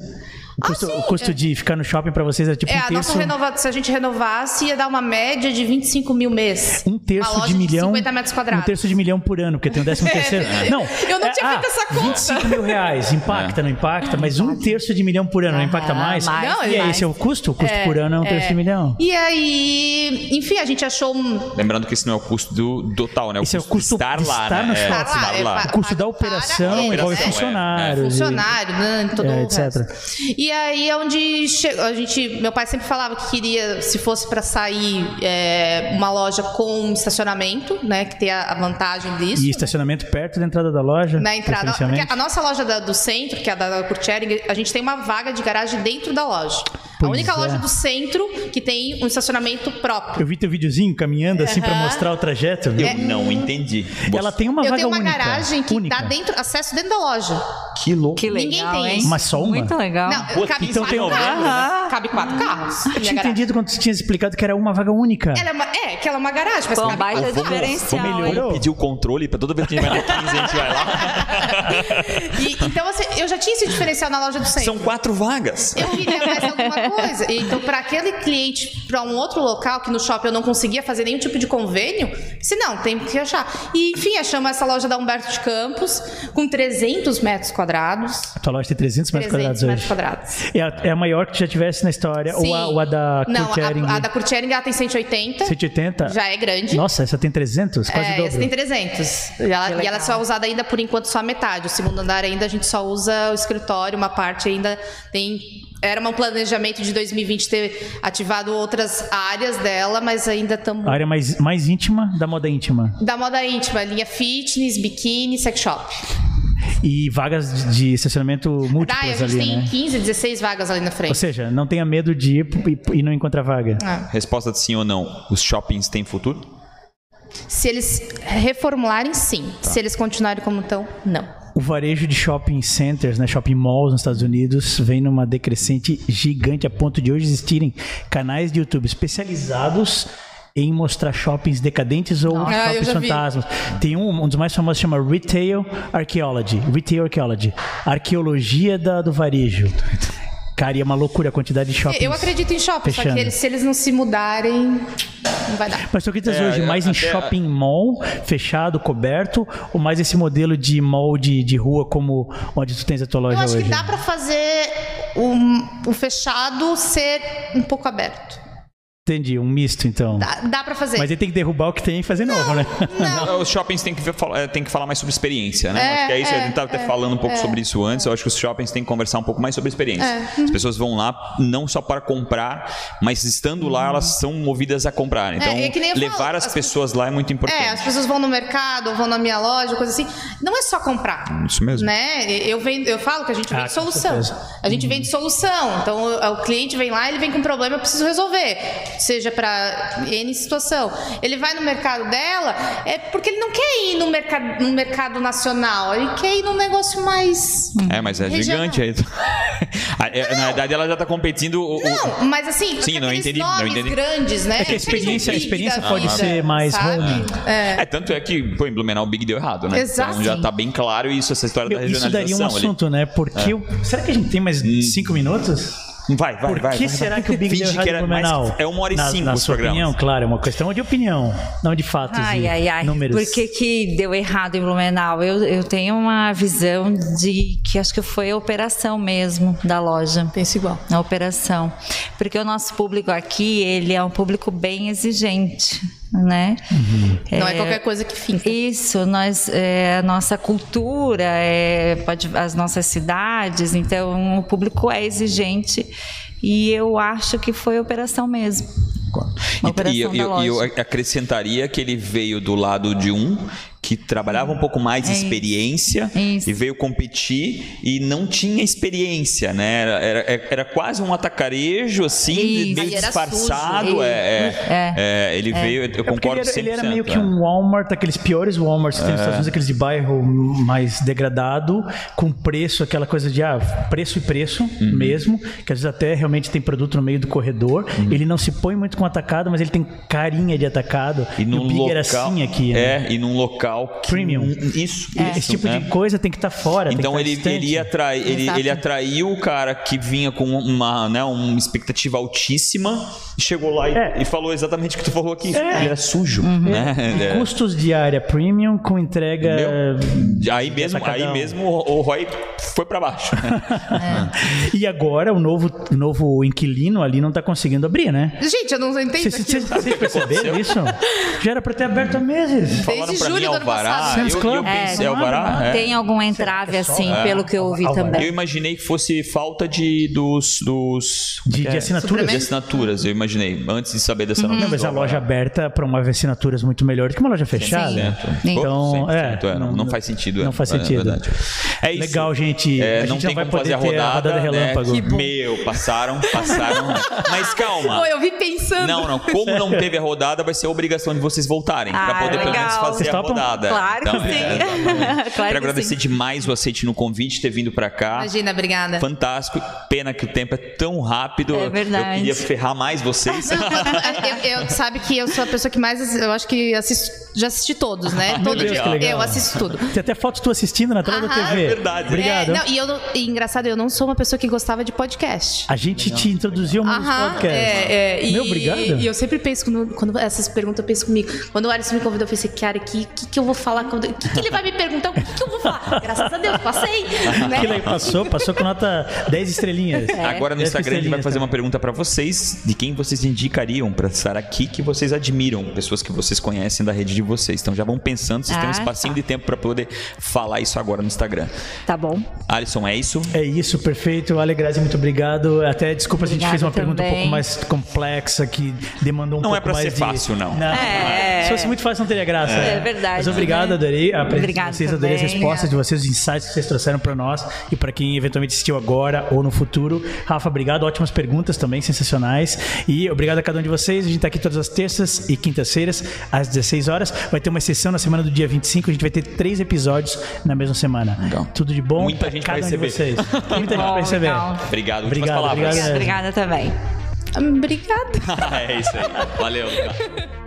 Speaker 1: O custo, o custo de ficar no shopping pra vocês era tipo
Speaker 5: Ah, é,
Speaker 1: um
Speaker 5: a nossa
Speaker 1: terço.
Speaker 5: renova... se a gente renovasse, ia dar uma média de 25 mil mês.
Speaker 1: Um terço
Speaker 5: Uma loja
Speaker 1: de milhão.
Speaker 5: 50 metros quadrados.
Speaker 1: Um terço de milhão por ano, porque tem o décimo terceiro. Não.
Speaker 5: eu não
Speaker 1: é,
Speaker 5: tinha
Speaker 1: ah,
Speaker 5: feito essa conta.
Speaker 1: 25 mil reais. Impacta, não impacta, mas um terço de milhão por ano, não impacta
Speaker 4: Ah,
Speaker 1: mais.
Speaker 4: mais,
Speaker 5: Não,
Speaker 1: e aí,
Speaker 5: mais.
Speaker 1: esse é o custo? O custo por ano é um terço de milhão.
Speaker 5: E aí, enfim, a gente achou um.
Speaker 1: Uhum.
Speaker 3: Lembrando que esse não é o custo do, do tal, né? O
Speaker 1: Esse é o custo
Speaker 3: custo de estar
Speaker 1: de
Speaker 3: lá,
Speaker 1: estar
Speaker 3: né?
Speaker 1: no
Speaker 3: é,
Speaker 1: shopping.
Speaker 3: estar
Speaker 5: é
Speaker 3: lá.
Speaker 5: pa-
Speaker 1: O custo da
Speaker 5: para
Speaker 1: operação
Speaker 5: eles,
Speaker 1: envolve
Speaker 5: né?
Speaker 1: funcionários.
Speaker 5: funcionário, né, todo
Speaker 1: É,
Speaker 5: o
Speaker 1: etc.
Speaker 5: resto. E aí é onde che- a gente, meu pai sempre falava que queria, se fosse para sair é, uma loja com estacionamento, né, que tem a, a vantagem disso.
Speaker 1: E, e estacionamento perto da entrada da loja.
Speaker 5: Na entrada, porque
Speaker 1: preferencialmente.
Speaker 5: a nossa loja da- do centro, que é a da, da Kurtchering, a gente tem uma vaga de garagem dentro da loja. a
Speaker 1: Pois
Speaker 5: única
Speaker 1: é.
Speaker 5: loja do centro que tem um estacionamento próprio.
Speaker 1: Eu vi teu videozinho caminhando assim pra mostrar o trajeto.
Speaker 3: Eu não entendi.
Speaker 1: Ela tem uma
Speaker 5: Eu
Speaker 1: vaga
Speaker 5: tenho uma
Speaker 1: única.
Speaker 5: garagem que tá
Speaker 1: única.
Speaker 5: dá dentro, acesso dentro da loja.
Speaker 3: Que louco.
Speaker 4: Que
Speaker 5: Ninguém
Speaker 4: legal,
Speaker 5: tem
Speaker 4: hein?
Speaker 5: isso.
Speaker 1: Mas só uma?
Speaker 4: Muito legal.
Speaker 5: Não,
Speaker 3: Pô,
Speaker 5: cabe
Speaker 3: então tem
Speaker 5: quatro
Speaker 3: novembro,
Speaker 5: carros. Cabe quatro carros.
Speaker 1: Eu
Speaker 5: minha
Speaker 1: tinha
Speaker 5: garagem.
Speaker 1: entendido quando tu tinha explicado que era uma vaga única.
Speaker 5: Ela é, uma, é, que ela é uma garagem, mas
Speaker 4: Pô,
Speaker 5: cabe
Speaker 4: um baita
Speaker 5: quatro carros.
Speaker 4: diferencial.
Speaker 1: Foi melhor.
Speaker 4: hein?
Speaker 3: Pedir o controle pra toda vez que a gente vai na 15, a gente vai lá.
Speaker 5: E, então, assim, eu já tinha esse diferencial na loja do centro.
Speaker 3: São quatro vagas.
Speaker 5: Eu queria mais alguma coisa. E, Então, para aquele cliente, para um outro local que no shopping eu não conseguia fazer nenhum tipo de convênio, se não, tem que achar. E, enfim, achamos essa loja da Humberto de Campos, com 300 metros quadrados.
Speaker 1: A tua loja tem 300 metros
Speaker 5: 300
Speaker 1: quadrados
Speaker 5: metros
Speaker 1: hoje.
Speaker 5: quadrados.
Speaker 1: É a, é a maior que já tivesse na história. Ou a,
Speaker 5: Sim.
Speaker 1: ou a da
Speaker 5: Não,
Speaker 1: Kurtering.
Speaker 5: a, a da Kurtering, ela tem 180.
Speaker 1: 180?
Speaker 5: Já é grande.
Speaker 1: Nossa, essa tem 300? Quase o
Speaker 5: É, essa
Speaker 1: dobro.
Speaker 5: tem 300. E ela,
Speaker 4: legal.
Speaker 5: e ela é só usada ainda por enquanto só a metade. O segundo andar ainda a gente só usa o escritório, uma parte ainda tem. Era um planejamento de 2020 ter ativado outras áreas dela, mas ainda estamos.
Speaker 1: A área mais, mais íntima da moda íntima.
Speaker 5: Da moda íntima, linha fitness, biquíni, sex shop.
Speaker 1: E vagas de, de estacionamento
Speaker 5: Tá, a
Speaker 1: múltiplas
Speaker 5: gente
Speaker 1: ali,
Speaker 5: tem
Speaker 1: né?
Speaker 5: 15, 16 vagas ali na
Speaker 1: Ou
Speaker 5: frente. Ah.
Speaker 1: seja, não tenha medo de ir e, e não encontrar vaga.
Speaker 3: Resposta de sim ou não. Os shoppings têm futuro?
Speaker 5: Se eles reformularem, sim.
Speaker 1: Tá.
Speaker 5: Se eles continuarem como estão, não.
Speaker 1: O varejo de shopping centers, né, shopping malls nos Estados Unidos, vem numa decrescente gigante a ponto de hoje existirem canais de YouTube especializados em mostrar shoppings decadentes ou
Speaker 5: Ah, eu
Speaker 1: shoppings
Speaker 5: já vi.
Speaker 1: fantasmas. Tem um, um dos mais famosos chama Retail Archaeology, Retail Archaeology, arqueologia da- do varejo. Cara, e é uma loucura a quantidade de shoppings.
Speaker 5: Eu acredito em shopping, só
Speaker 1: Fechando.
Speaker 5: que eles- se eles não se mudarem, não vai dar.
Speaker 1: Mas tu acreditas
Speaker 3: É,
Speaker 1: hoje
Speaker 3: eu-
Speaker 1: mais em
Speaker 3: até-
Speaker 1: shopping mall, fechado, coberto, ou mais esse modelo de mall de, de rua como onde tu tens a tua loja
Speaker 5: Eu acho
Speaker 1: hoje?
Speaker 5: que dá pra fazer um- o fechado ser um pouco aberto.
Speaker 1: Entendi, um misto então.
Speaker 3: Tá,
Speaker 5: Dá, dá para fazer.
Speaker 1: Mas ele tem que derrubar o que tem e fazer novo, né?
Speaker 5: Não,
Speaker 3: Os shoppings têm que, ver- fala- eh, têm que falar mais sobre experiência, né?
Speaker 5: É,
Speaker 3: acho que é isso. a
Speaker 5: é,
Speaker 3: gente estava até falando um pouco sobre isso antes. Eu acho que os shoppings têm que conversar um pouco mais sobre experiência.
Speaker 5: É.
Speaker 3: As pessoas vão lá não só para comprar, mas estando lá, elas são movidas a comprar. Então,
Speaker 5: é que nem eu
Speaker 3: levar
Speaker 5: falo,
Speaker 3: as
Speaker 5: as
Speaker 3: pessoas lá é muito
Speaker 5: é, as
Speaker 3: importante.
Speaker 5: pessoas vão no mercado, ou vão na minha loja, coisa assim. Não é só comprar.
Speaker 3: Isso mesmo.
Speaker 5: Né? Eu, vendo, eu falo que a gente
Speaker 1: Ah,
Speaker 5: vende
Speaker 1: com
Speaker 5: solução.
Speaker 1: certeza.
Speaker 5: A gente vende solução. Então o, o cliente vem lá, ele vem com um problema, eu preciso resolver. Seja para N situação. Ele vai no mercado dela, é porque ele não quer ir no mercado, no mercado nacional, ele quer ir num negócio mais.
Speaker 3: É, mas é
Speaker 5: Regional.
Speaker 3: gigante aí. É, Na verdade, ela já tá competindo. o- o-
Speaker 5: Não, mas assim,
Speaker 3: Sim, não, eu
Speaker 5: aqueles
Speaker 3: entendi, não,
Speaker 5: nomes
Speaker 3: eu entendi.
Speaker 5: grandes, né?
Speaker 1: É que a experiência- a
Speaker 5: Big
Speaker 1: experiência
Speaker 5: da
Speaker 1: pode
Speaker 5: vida,
Speaker 1: ser mais né?
Speaker 5: sabe?
Speaker 1: home.
Speaker 5: É.
Speaker 3: É, tanto é que, pô, em Blumenau o Big deu errado, né?
Speaker 5: Exato.
Speaker 3: Então já tá bem claro isso, essa história da
Speaker 1: Meu, Isso daria um
Speaker 3: regionalização ali. É.
Speaker 1: assunto, né? Porque o- será que a gente tem mais cinco minutos?
Speaker 3: Vai, Hum. vai,
Speaker 1: Por
Speaker 3: vai.
Speaker 1: que
Speaker 3: vai,
Speaker 1: será
Speaker 3: vai.
Speaker 1: que o Big
Speaker 3: Finge
Speaker 1: deu errado
Speaker 3: que era
Speaker 1: em Blumenau?
Speaker 3: mais- É uma hora e
Speaker 1: na,
Speaker 3: cinco
Speaker 1: na
Speaker 3: os
Speaker 1: sua
Speaker 3: programas.
Speaker 1: opinião, claro, é uma questão de opinião, não de fatos
Speaker 4: Ai,
Speaker 1: e
Speaker 4: ai, ai.
Speaker 1: números.
Speaker 4: Por que, que deu errado em Blumenau? Eu, eu tenho uma visão de que acho que foi a operação mesmo da loja.
Speaker 5: Penso igual.
Speaker 4: na operação, porque o nosso público aqui ele é um público bem exigente, né?
Speaker 5: Não é qualquer coisa que finca.
Speaker 4: Isso, nós, é, a nossa cultura, é, pode- as nossas cidades, então o público é exigente e eu acho que foi operação mesmo. Uma
Speaker 3: E-
Speaker 4: operação
Speaker 3: E, eu,
Speaker 4: da
Speaker 3: eu-
Speaker 4: loja.
Speaker 3: eu acrescentaria que ele veio do lado de um que trabalhava um pouco mais de
Speaker 4: É isso.
Speaker 3: experiência
Speaker 4: Isso.
Speaker 3: e veio competir e não tinha experiência, né? Era, era, era quase um atacarejo, assim, de-
Speaker 4: Isso.
Speaker 3: meio
Speaker 4: Aí era
Speaker 3: disfarçado.
Speaker 4: sujo.
Speaker 3: é, é, é, ele veio, eu
Speaker 1: É porque
Speaker 3: concordo
Speaker 1: ele, era, ele era
Speaker 3: 100%,
Speaker 1: meio que
Speaker 3: é.
Speaker 1: um Walmart, aqueles piores Walmarts que tem nos Estados Unidos, aqueles de bairro mais degradado, com preço, aquela coisa de ah, preço e preço
Speaker 3: Uhum.
Speaker 1: mesmo, que às vezes até realmente tem produto no meio do corredor.
Speaker 3: Uhum.
Speaker 1: Ele não se põe muito com atacado, mas ele tem carinha de atacado.
Speaker 3: E num
Speaker 1: o Big
Speaker 3: local,
Speaker 1: era assim aqui. né?
Speaker 3: É, e num local que-
Speaker 1: Premium.
Speaker 4: É.
Speaker 3: Isso, isso,
Speaker 1: Esse tipo
Speaker 3: né?
Speaker 1: de coisa tem que estar fora. tem
Speaker 3: Então
Speaker 1: que tá
Speaker 3: ele,
Speaker 1: distante.
Speaker 3: ele, atrai, ele,
Speaker 5: Exato.
Speaker 3: ele atraiu o cara que vinha com uma, né, uma expectativa altíssima e chegou lá e,
Speaker 1: É. Uhum.
Speaker 3: e falou exatamente o que tu falou aqui. Ele era sujo. Né? É.
Speaker 1: Custos de área premium com entrega.
Speaker 3: Meu, aí mesmo, aí
Speaker 1: atacadão.
Speaker 3: mesmo o, o Roy foi pra baixo.
Speaker 1: E agora o novo, o novo inquilino ali não tá conseguindo abrir, né?
Speaker 5: Gente, eu não entendo
Speaker 1: Vocês
Speaker 5: aquilo.
Speaker 1: vocês- vocês perceberam isso? Já era pra ter aberto há meses.
Speaker 3: Falaram pra
Speaker 5: julho
Speaker 3: mim
Speaker 5: do ano
Speaker 3: Alvará.
Speaker 5: passado.
Speaker 3: Eu,
Speaker 1: Sam's Club.
Speaker 3: eu
Speaker 1: É,
Speaker 3: pensei,
Speaker 1: não
Speaker 3: Alvará? É.
Speaker 4: Tem algum entrave assim, pelo que eu ouvi
Speaker 1: Alvará.
Speaker 4: também.
Speaker 3: Eu imaginei que fosse falta de dos. dos como
Speaker 1: De,
Speaker 3: que
Speaker 1: de
Speaker 3: é?
Speaker 1: assinaturas.
Speaker 3: De assinaturas, eu imaginei. Antes de saber
Speaker 5: Uhum.
Speaker 3: dessa notícia.
Speaker 1: Não, mas a
Speaker 3: do Alvará.
Speaker 1: loja aberta promove assinaturas muito melhor do que uma loja fechada.
Speaker 3: Certo.
Speaker 1: Então,
Speaker 3: 100%,
Speaker 1: é,
Speaker 3: não, não faz sentido. é,
Speaker 1: Não faz
Speaker 3: é
Speaker 1: sentido.
Speaker 3: verdade. É isso.
Speaker 1: Legal, gente.
Speaker 3: É,
Speaker 1: a gente
Speaker 3: não
Speaker 1: não,
Speaker 3: tem
Speaker 1: vai
Speaker 3: como
Speaker 1: poder
Speaker 3: fazer a
Speaker 1: ter
Speaker 3: rodada,
Speaker 1: a rodada
Speaker 3: né?
Speaker 1: relâmpago.
Speaker 3: Que Meu, passaram, passaram. Mas calma.
Speaker 5: Pô, eu vi pensando.
Speaker 3: Não, não. Como não teve a rodada, vai ser obrigação de vocês voltarem pra
Speaker 4: Ah,
Speaker 3: poder pelo menos
Speaker 4: legal.
Speaker 3: fazer
Speaker 1: Vocês
Speaker 3: a
Speaker 1: topam?
Speaker 3: rodada.
Speaker 4: Claro
Speaker 3: Então,
Speaker 4: que sim.
Speaker 3: é, exatamente.
Speaker 4: Claro
Speaker 3: Quero
Speaker 4: que
Speaker 3: agradecer
Speaker 4: sim.
Speaker 3: demais o aceite no convite, ter vindo pra cá.
Speaker 5: Imagina, obrigada.
Speaker 3: Fantástico. Pena que o tempo é tão rápido.
Speaker 4: É
Speaker 3: Eu
Speaker 4: verdade.
Speaker 3: queria ferrar mais vocês.
Speaker 5: eu, eu- sabe que eu sou a pessoa que mais. assi- Eu acho que assisto, já assisti todos, né?
Speaker 3: meu
Speaker 5: Todo
Speaker 3: Deus,
Speaker 5: dia.
Speaker 3: que legal.
Speaker 5: Eu assisto tudo.
Speaker 1: Tem até foto tu assistindo na tela da
Speaker 5: Aham.
Speaker 1: TV.
Speaker 3: É verdade.
Speaker 1: Obrigado.
Speaker 5: É, não, e, eu não- e engraçado, eu não sou uma pessoa que gostava de podcast.
Speaker 1: A gente te introduziu nos podcasts.
Speaker 5: é, é, e-
Speaker 1: Meu, obrigado.
Speaker 5: E eu sempre penso, quando, quando essas perguntas, eu penso comigo. Quando o Alisson me convidou, eu pensei, cara, o que, que, que eu vou falar? O que, que ele vai me perguntar? O que, que eu vou falar? Graças a Deus, passei. né?
Speaker 1: Aquilo aí passou, passou com nota 10 estrelinhas.
Speaker 4: É.
Speaker 3: Agora no
Speaker 1: Dez
Speaker 3: Instagram a gente vai
Speaker 1: estrelinhas
Speaker 3: fazer
Speaker 1: também.
Speaker 3: uma pergunta pra vocês de quem vocês indicariam pra estar aqui que vocês admiram, pessoas que vocês conhecem da rede de vocês. Então já vão pensando, vocês têm um
Speaker 4: Ah,
Speaker 3: espacinho
Speaker 4: tá.
Speaker 3: de tempo pra poder falar isso agora no Instagram.
Speaker 4: Tá bom.
Speaker 3: Alisson, é isso?
Speaker 1: É isso, perfeito. Ale Grazi, muito obrigado. Até desculpa, se a gente
Speaker 4: Obrigada
Speaker 1: fez uma pergunta um
Speaker 4: também.
Speaker 1: pouco mais complexa, que demandou um
Speaker 3: Não é
Speaker 1: pouco
Speaker 3: pra
Speaker 1: mais
Speaker 3: ser
Speaker 1: de-
Speaker 3: fácil, não.
Speaker 4: É.
Speaker 1: Se fosse muito fácil, não teria graça.
Speaker 4: É
Speaker 1: né?
Speaker 4: verdade,
Speaker 1: Mas obrigado,
Speaker 4: né?
Speaker 1: adorei a presença
Speaker 4: Obrigada
Speaker 1: de vocês, adorei as
Speaker 4: também.
Speaker 1: respostas de vocês, os insights que vocês trouxeram pra nós e pra quem eventualmente assistiu agora ou no futuro. Rafa, obrigado. Ótimas perguntas também, sensacionais. E obrigado a cada um de vocês. A gente tá aqui todas as terças e quintas-feiras, às 16 horas. Vai ter uma sessão na semana do dia 25. A gente vai ter três episódios na mesma semana.
Speaker 3: Legal.
Speaker 1: Tudo de bom.
Speaker 3: Muita
Speaker 1: pra
Speaker 3: gente
Speaker 1: cada
Speaker 3: vai
Speaker 1: um de
Speaker 3: receber.
Speaker 1: vocês. Muita gente
Speaker 4: bom,
Speaker 1: vai receber.
Speaker 4: legal.
Speaker 3: Obrigado. Últimas
Speaker 1: Obrigado,
Speaker 3: palavras.
Speaker 1: obrigado.
Speaker 4: Obrigada também.
Speaker 5: Obrigada.
Speaker 3: é isso aí. Valeu.